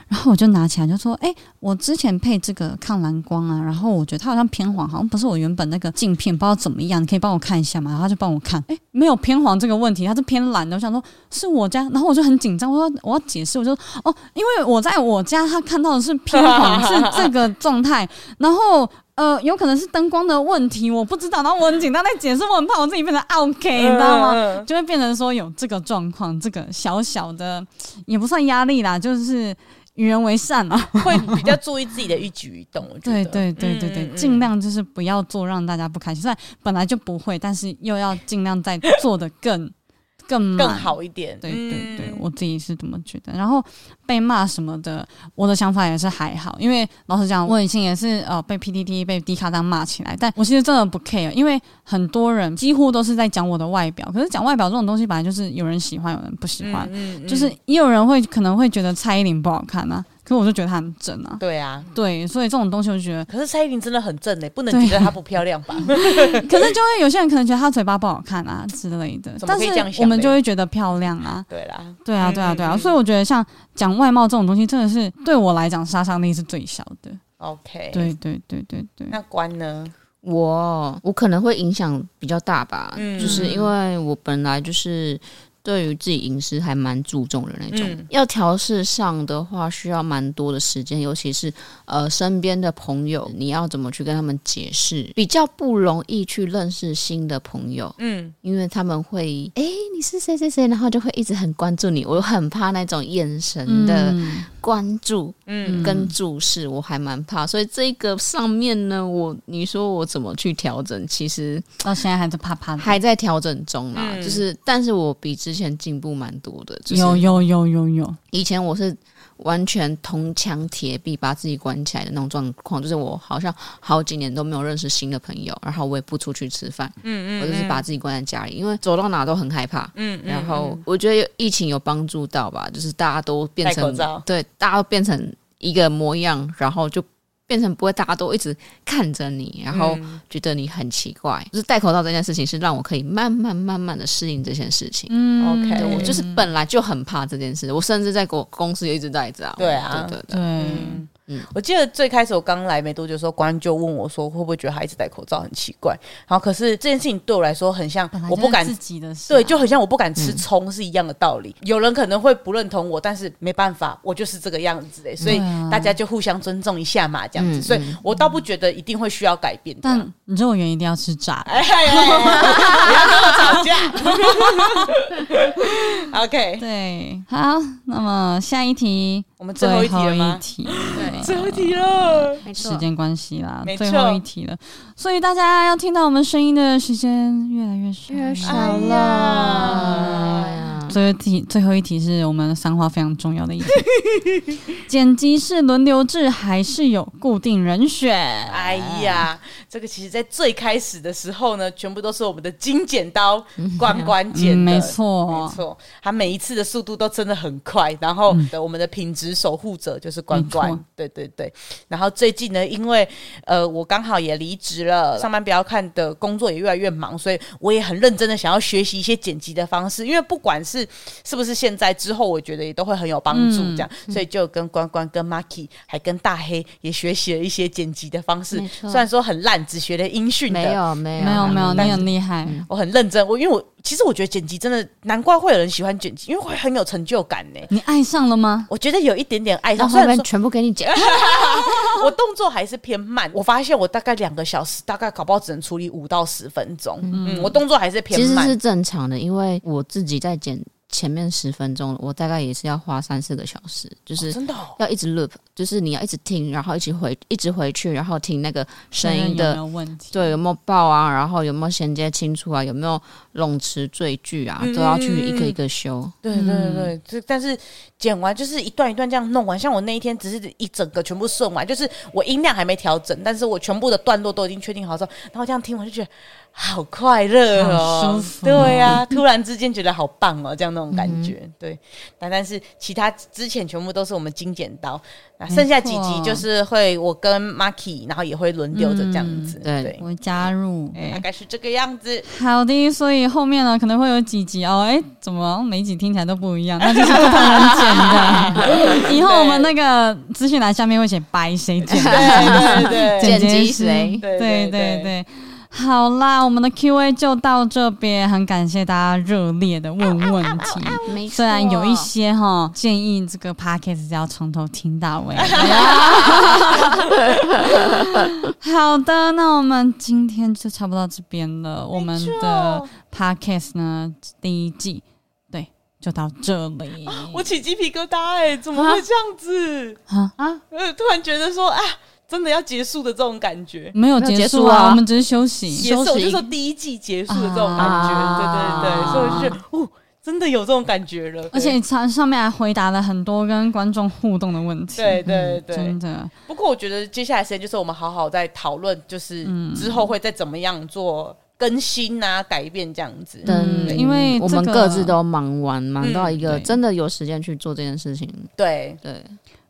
Speaker 1: 然后我就拿起来就说，哎，我之前配这个抗蓝光啊，然后我觉得它好像偏黄，好像不是我原本那个镜片，不知道怎么样，你可以帮我看一下吗？然后他就帮我看，哎，没有偏黄这个问题，它是偏蓝的，我想说。哦是我家，然后我就很紧张，我说我要解释，我就哦，因为我在我家，他看到的是偏黄，是这个状态，然后呃，有可能是灯光的问题，我不知道，然后我很紧张在解释，我很怕我自己变成 OK，你知道吗？
Speaker 2: 嗯？嗯
Speaker 1: 就会变成说有这个状况，这个小小的也不算压力啦，就是与人为善嘛。
Speaker 2: 嗯会比较注意自己的一举一动。我觉
Speaker 1: 对
Speaker 2: 得，嗯
Speaker 1: 对对对对，尽、量就是不要做让大家不开心，虽然本来就不会，但是又要尽量再做的 更更
Speaker 2: 更
Speaker 1: 满
Speaker 2: 好一点。
Speaker 1: 对对对，
Speaker 2: 嗯
Speaker 1: 我自己是这么觉得。然后被骂什么的，我的想法也是还好，因为老实讲，我以前也是呃被 PTT 被 D 卡当骂起来，但我其实真的不 care，因为很多人几乎都是在讲我的外表，可是讲外表这种东西本来就是有人喜欢，有人不喜欢，
Speaker 2: 嗯嗯
Speaker 1: 就是也有人会可能会觉得蔡依林不好看啊，可是我就觉得她很正啊，
Speaker 2: 对啊。
Speaker 1: 对，所以这种东西我就觉得，
Speaker 2: 可是蔡依林真的很正哎、不能
Speaker 1: 对
Speaker 2: 觉得她不漂 亮吧？
Speaker 1: 可是就会有些人可能觉得她嘴巴不好看啊之类的，
Speaker 2: 怎么
Speaker 1: 但
Speaker 2: 可以
Speaker 1: 是
Speaker 2: 这样想
Speaker 1: 我们
Speaker 2: 嘞
Speaker 1: 就会觉得漂亮啊，
Speaker 2: 对啦，
Speaker 1: 对啊，对啊，
Speaker 2: 嗯
Speaker 1: 对啊，
Speaker 2: 嗯
Speaker 1: 所以我觉得像讲外貌这种东西，真的是对我来讲杀伤力是最小的。
Speaker 2: OK，
Speaker 1: 对对对对对，
Speaker 2: 那关呢？
Speaker 3: 我我可能会影响比较大吧，
Speaker 2: 嗯
Speaker 3: 就是因为我本来就是对于自己饮食还蛮注重的那种，
Speaker 2: 嗯
Speaker 3: 要调试上的话需要蛮多的时间，尤其是呃身边的朋友，你要怎么去跟他们解释，比较不容易去认识新的朋友，
Speaker 2: 嗯，
Speaker 3: 因为他们会诶，你是谁谁谁，然后就会一直很关注你，我很怕那种眼神
Speaker 2: 嗯
Speaker 3: 的关注，嗯，跟注视，我还蛮怕，所以这个上面呢，我你说我怎么去调整，其实
Speaker 1: 到现在还是怕怕的。
Speaker 3: 还在调整中啦，
Speaker 2: 嗯
Speaker 3: 就是但是我比之前进步蛮多的，就是
Speaker 1: 有有有有有，
Speaker 3: 以前我是完全铜墙铁壁把自己关起来的那种状况，就是我好像好几年都没有认识新的朋友，然后我也不出去吃饭，嗯嗯我就是把自己关在家里，因为走到哪都很害怕，嗯然后我觉得疫情有帮助到吧，就是大家都变
Speaker 2: 戴口
Speaker 3: 成
Speaker 2: 罩
Speaker 3: 对，大家都变成一个模样，然后就。变成不会，大家都一直看着你，然后觉得你很奇怪。就是戴口罩这件事情，是让我可以慢慢慢慢的适应这件事情。
Speaker 1: 嗯
Speaker 2: OK
Speaker 3: 对哎我就是
Speaker 1: 嗯
Speaker 3: 本来就很怕这件事，我甚至在公公司也一直戴着啊。
Speaker 2: 对啊
Speaker 3: 对对
Speaker 1: 对。
Speaker 3: 对
Speaker 2: 嗯
Speaker 3: 嗯
Speaker 2: 我记得最开始我刚来没多久的时候，国安就问我说，会不会觉得孩子戴口罩很奇怪？然后可是这件事情对我来说很像
Speaker 1: 本来，
Speaker 2: 我不
Speaker 1: 就是
Speaker 2: 敢
Speaker 1: 自己的事啊、
Speaker 2: 对，就很像我不敢
Speaker 1: 嗯
Speaker 2: 吃葱是一样的道理。有人可能会不认同我，但是没办法，我就是这个样子的，所以
Speaker 1: 对啊
Speaker 2: 大家就互相尊重一下嘛，这样子。
Speaker 3: 嗯
Speaker 2: 所以我倒不觉得一定会需要改变这样。
Speaker 1: 但你知道我原一定要吃炸的，
Speaker 2: 哎哎哎哎不要跟我吵架。OK，
Speaker 1: 对，好，那么下一题，
Speaker 2: 我们最
Speaker 1: 最
Speaker 2: 后一题
Speaker 1: 后
Speaker 2: 了
Speaker 1: 一
Speaker 2: 吗？
Speaker 1: 题，
Speaker 2: 最后一题了，
Speaker 3: 没
Speaker 1: 时
Speaker 3: 错，
Speaker 1: 间关系啦
Speaker 2: 没，
Speaker 1: 最
Speaker 2: 错
Speaker 1: 后一题了，所以大家要听到我们声音的时间越来越少，
Speaker 3: 越来越少
Speaker 2: 哎
Speaker 3: 了。
Speaker 2: 呀
Speaker 3: 哎呀
Speaker 1: 最后一题，最后一题是我们三花非常重要的一题。 剪辑是轮流制还是有固定人选？
Speaker 2: 哎呀，这个其实在最开始的时候呢，全部都是我们的金剪刀关关剪的，
Speaker 1: 嗯没
Speaker 2: 没
Speaker 1: 错，
Speaker 2: 错，他每一次的速度都真的很快。然后的我们的品质守护者就是关
Speaker 1: 嗯没
Speaker 2: 关
Speaker 1: 错，
Speaker 2: 对对对。然后最近呢，因为呃我刚好也离职了，上班不要看的工作也越来越忙，所以我也很认真的想要学习一些剪辑的方式，因为不管是是不是现在之后，我觉得也都会很有帮助。
Speaker 1: 嗯
Speaker 2: 这样，所以就跟关关、跟 Marky 还跟大黑也学习了一些剪辑的方式
Speaker 3: 没，错
Speaker 2: 虽然说很烂，只学了音讯的，
Speaker 3: 没有没有
Speaker 1: 啊没有没有，
Speaker 2: 嗯但
Speaker 1: 你
Speaker 2: 是
Speaker 1: 很厉害，
Speaker 2: 我很认真，我因为我其实我觉得剪辑真的难怪会有人喜欢剪辑，因为会很有成就感呢。
Speaker 1: 你爱上了吗？
Speaker 2: 我觉得有一点点爱
Speaker 3: 那
Speaker 2: 上，虽
Speaker 3: 后
Speaker 2: 然
Speaker 3: 面
Speaker 2: 说
Speaker 3: 全部给你剪，
Speaker 2: 我动作还是偏慢，我发现我大概两个小时，大概搞不好只能处理五到十分钟。嗯，我动作还是偏
Speaker 3: 其实
Speaker 2: 慢
Speaker 3: 是。正常的，因为我自己在剪前面十分钟，我大概也是要花三四个小时，就是
Speaker 2: 哦真的哦
Speaker 3: 要一直 loop，就是你要一直听，然后一直回，一直回去，然后听那个声音
Speaker 1: 有
Speaker 3: 的
Speaker 1: 没有问题？
Speaker 3: 对，有没有爆啊？然后有没有衔接清楚啊？有没有冗词赘句
Speaker 1: 嗯
Speaker 3: 啊？都要去一个一个修。
Speaker 2: 对对对对，这、但是剪完就是一段一段这样弄完，像我那一天只是一整个全部顺完，就是我音量还没调整，但是我全部的段落都已经确定好之后，然后这样听我就觉得好快乐哦，
Speaker 1: 好舒服哦嗯
Speaker 2: 对呀、突然之间觉得好棒哦，这样那种感觉，对。但但是其他之前全部都是我们金剪刀，那剩下几集就是会我跟 Marky，然后也会轮流着这样子，
Speaker 3: 嗯
Speaker 2: 对，
Speaker 1: 我加入，
Speaker 2: 大
Speaker 1: 哎
Speaker 2: 概是这个样 子。
Speaker 1: 好的，所以后面呢可能会有几集哦，哎，怎么每一集听起来都不一样？那就是不同人剪 的。以后我们那个资讯栏下面会写白谁剪的，
Speaker 2: 对对对，
Speaker 3: 剪
Speaker 1: 辑
Speaker 3: 辑
Speaker 1: 师
Speaker 3: 谁
Speaker 1: 对
Speaker 2: 对对
Speaker 1: 对
Speaker 2: 对
Speaker 1: 对。好啦，我们的 Q&A 就到这边，很感谢大家热烈的问问题。
Speaker 3: 没
Speaker 1: 虽然有一些哈建议，这个 podcast 要从头听到尾。好的，那我们今天就差不多到这边了。我们的 podcast 呢，第一季对就到这里。
Speaker 2: 啊我起鸡皮疙瘩哎、怎么会这样子？
Speaker 1: 啊
Speaker 3: 啊，
Speaker 2: 呃，突然觉得说啊，真的要结束的这种感觉。
Speaker 1: 没有
Speaker 3: 没有
Speaker 1: 结
Speaker 3: 结
Speaker 1: 束
Speaker 3: 束啊
Speaker 1: 我们只是休息。
Speaker 2: 也是，
Speaker 3: 休息
Speaker 2: 我就说第一季结束的这种感觉，
Speaker 3: 啊
Speaker 2: 对对对，所以我就觉得，哦，真的有这种感觉了。
Speaker 1: 而且上上面还回答了很多跟观众互动的问题。
Speaker 2: 对，对对对
Speaker 1: 嗯真，的，
Speaker 2: 不过我觉得接下来时间就是我们好好在讨论，就是
Speaker 1: 嗯
Speaker 2: 之后会再怎么样做更新啊、改变这样子。
Speaker 1: 嗯
Speaker 3: 等，
Speaker 1: 因为
Speaker 3: 我
Speaker 1: 这
Speaker 3: 们
Speaker 1: 个
Speaker 3: 各自都忙完，忙
Speaker 2: 嗯
Speaker 3: 到一个
Speaker 1: 对
Speaker 3: 真的有时间去做这件事情。
Speaker 2: 对，
Speaker 3: 对，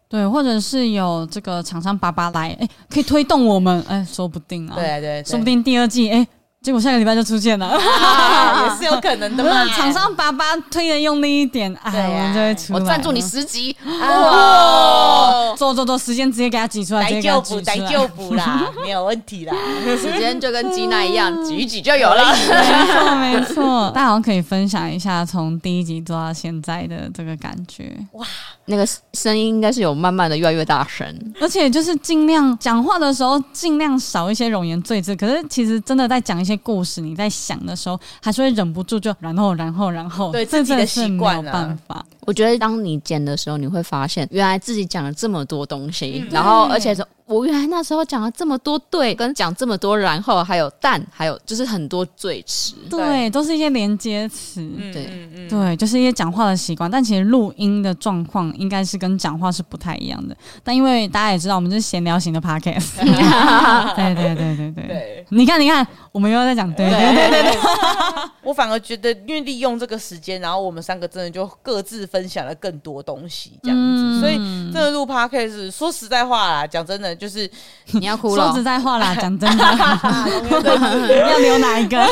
Speaker 1: 对，或者是有这个厂商爸爸来，哎、可以推动我们，哎、说不定啊，
Speaker 2: 对，对对，
Speaker 1: 说不定第二季，哎、结果下个礼拜就出现 了。
Speaker 2: 啊 也是有可能的嘛。
Speaker 1: 嗯厂商爸爸推的用力一点，哎、
Speaker 2: 对啊
Speaker 1: 我们就会出来
Speaker 3: 我
Speaker 1: 了。
Speaker 3: 赞助你十集，
Speaker 2: 哦，
Speaker 1: 做做做，时间直接给他挤出来，直
Speaker 2: 来
Speaker 1: 接给他
Speaker 2: 就
Speaker 1: 挤
Speaker 2: 补，
Speaker 1: 出来
Speaker 2: 来就补 啦，没有问题啦。
Speaker 3: 时间就跟吉娜一样，挤一挤就有了。
Speaker 1: 没错没错，大家好像可以分享一下从第一集做到现在的这个感觉，
Speaker 3: 那个声音应该是有慢慢的越来越大声。
Speaker 1: 而且就是尽量讲话的时候尽量少一些冗言赘字，可是其实真的在讲一些故事，你在想的时候还是会忍不住就然后然后然后，
Speaker 2: 对
Speaker 1: 这
Speaker 2: 自己的
Speaker 1: 真是
Speaker 2: 习惯啊
Speaker 1: 没有办法，
Speaker 3: 我觉得当你剪的时候，你会发现原来自己讲了这么多东西，然后而且说我原来那时候讲了这么多对，跟讲这么多，然后还有但，还有就是很多最迟。
Speaker 1: 对，都是一些连接词。
Speaker 2: 嗯
Speaker 3: 对
Speaker 2: 嗯嗯
Speaker 1: 对，就是一些讲话的习惯，但其实录音的状况应该是跟讲话是不太一样的。但因为大家也知道，我们是闲聊型 的 podcast，对对对对对。
Speaker 2: 对。
Speaker 1: 你看，你看，我们又在讲对对对对
Speaker 2: 我反而觉得，因为利用这个时间，然后我们三个真的就各自分享了更多东西，这样子。
Speaker 1: 嗯
Speaker 2: 所以真的录 podcast，说实在话啦，讲真的，就是
Speaker 3: 你要哭
Speaker 1: 说
Speaker 3: 了
Speaker 1: 实，在话啦，讲 真的，要留哪一个？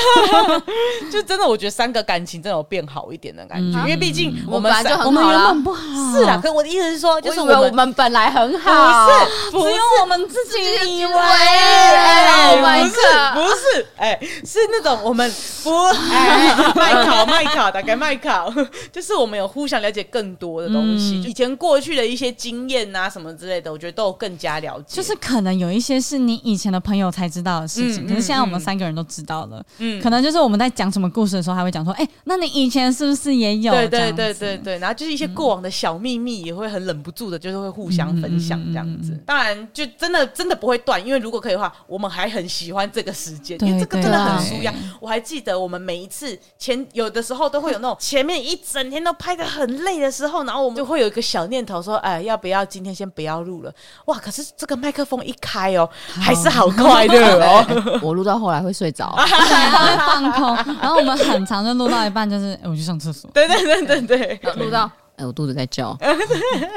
Speaker 2: 就真的，我觉得三个感情真的有变好一点的感觉，
Speaker 1: 嗯
Speaker 2: 因为毕竟我
Speaker 3: 我
Speaker 2: 们
Speaker 3: 本来就
Speaker 2: 三
Speaker 3: 很
Speaker 1: 我们
Speaker 3: 好
Speaker 1: 原
Speaker 3: 啦
Speaker 1: 本。不好，
Speaker 2: 是啦，可我的意思是说，就是
Speaker 3: 我
Speaker 2: 我
Speaker 3: 以为我
Speaker 2: 们。
Speaker 3: 们本来很
Speaker 2: 不
Speaker 3: 好，
Speaker 2: 是，不
Speaker 1: 只
Speaker 2: 是
Speaker 1: 有我们自己以为。
Speaker 3: 哎
Speaker 2: 哎
Speaker 3: Oh my
Speaker 2: 不是
Speaker 3: God
Speaker 2: 不是，哎，是那种我们不 哎卖烤卖烤，大概卖烤， 就是我们有互相了解更多的东西，
Speaker 1: 嗯
Speaker 2: 以前过去的一些经验啊什么之类的，我觉得都有更加了解。
Speaker 1: 就是可能有一些是你以前的朋友才知道的事情，
Speaker 2: 嗯
Speaker 1: 可是现在我们
Speaker 2: 嗯
Speaker 1: 三个人都知道了。
Speaker 2: 嗯
Speaker 1: 可能就是我们在讲什么故事的时候，还会讲说：“哎、那你以前是不是也有？”
Speaker 2: 对
Speaker 1: 这
Speaker 2: 对
Speaker 1: 样
Speaker 2: 对
Speaker 1: 子
Speaker 2: 对对，然后就是一些过往的小秘密，也会很忍不住的，就是会互相分享这样子。当然，就真的真的不会断，因为如果可以的话，我们还很喜欢这个时间，因
Speaker 1: 对
Speaker 2: 为这个真的
Speaker 1: 对
Speaker 2: 很舒压。我还记得我们每一次前有的时候都会有那种前面一整天都拍的很累的时候，然后我们就会有一个小念头说：“哎，要不要今天先不要录了？”哇，可是这个麦克风一开哦，还是好 快乐哦。
Speaker 3: 我录到后来会睡着，
Speaker 1: 对，他会放空。然后我们很常就录到一半，就是、哎我去上厕所。
Speaker 2: 对对对对对，
Speaker 3: 录到哎，我肚子在叫，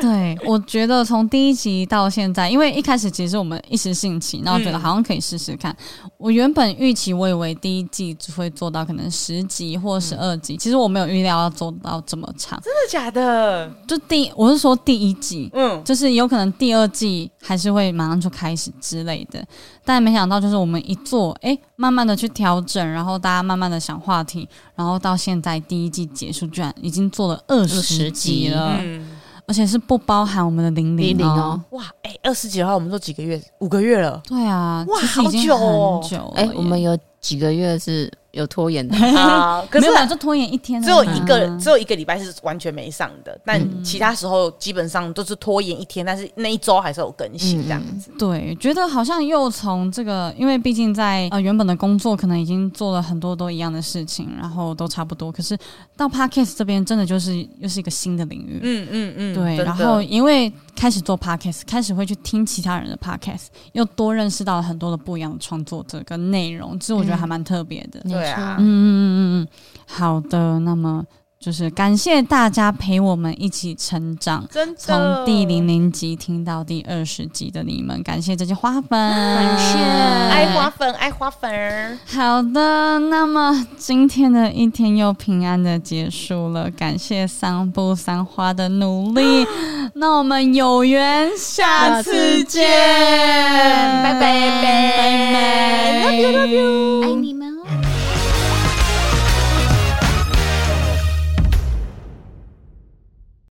Speaker 1: 对，我觉得从第一集到现在，因为一开始其实我们一时兴起，然后觉得
Speaker 2: 嗯
Speaker 1: 好像可以试试看。我原本预期我以为第一季只会做到可能十集或十二集，其实我没有预料要做到这么长。
Speaker 2: 真的假的？
Speaker 1: 就第我是说第一季，
Speaker 2: 嗯，
Speaker 1: 就是有可能第二季还是会马上就开始之类的，但没想到就是我们一做，哎、慢慢的去调整，然后大家慢慢的想话题，然后到现在第一季结束，居然已经做了二十
Speaker 3: 20
Speaker 1: 集
Speaker 3: 集
Speaker 1: 了，
Speaker 2: 嗯，
Speaker 1: 而且是不包含我们的零
Speaker 3: 零零
Speaker 1: 哦
Speaker 3: 哦。。
Speaker 2: 哇，哎、二十几的话，我们都几个月，五个月了。
Speaker 1: 对啊，
Speaker 2: 哇
Speaker 1: 其实已经
Speaker 2: 好久哦
Speaker 1: 很久了耶。
Speaker 3: 哎、我们有几个月是有拖 延的，
Speaker 2: 啊， 可
Speaker 1: 没
Speaker 2: 是
Speaker 1: 有啦就拖延一天而已
Speaker 2: 只有一个、
Speaker 1: 啊
Speaker 2: 只有一个礼拜是完全没上的，但其他时候基本上都是拖延一天，但是那一周还是有更新这样子。
Speaker 1: 对，觉得好像又从这个，因为毕竟在呃原本的工作可能已经做了很多都一样的事情，然后都差不多。可是到 podcast 这边，真的就是又是一个新的领域。
Speaker 2: 嗯嗯嗯，
Speaker 1: 对，
Speaker 2: 真的
Speaker 1: 然后因为开始做 podcast，开始会去听其他人的 podcast，又多认识到了很多的不一样的创作者跟内容，其实我觉得还蛮特别的。嗯
Speaker 2: 对啊
Speaker 1: 嗯嗯嗯嗯，好的，那么就是感谢大家陪我们一起成长。
Speaker 2: 真的
Speaker 1: 从第零零集听到第二十集的你们，感谢这些花粉，感
Speaker 3: 谢
Speaker 2: 爱花粉爱花粉儿，
Speaker 1: 好的，那么今天的一天又平安的结束了，感谢三不三花的努 力，那我们有缘下次见，
Speaker 3: 拜拜
Speaker 1: 拜拜
Speaker 2: Love you, love you
Speaker 1: 哎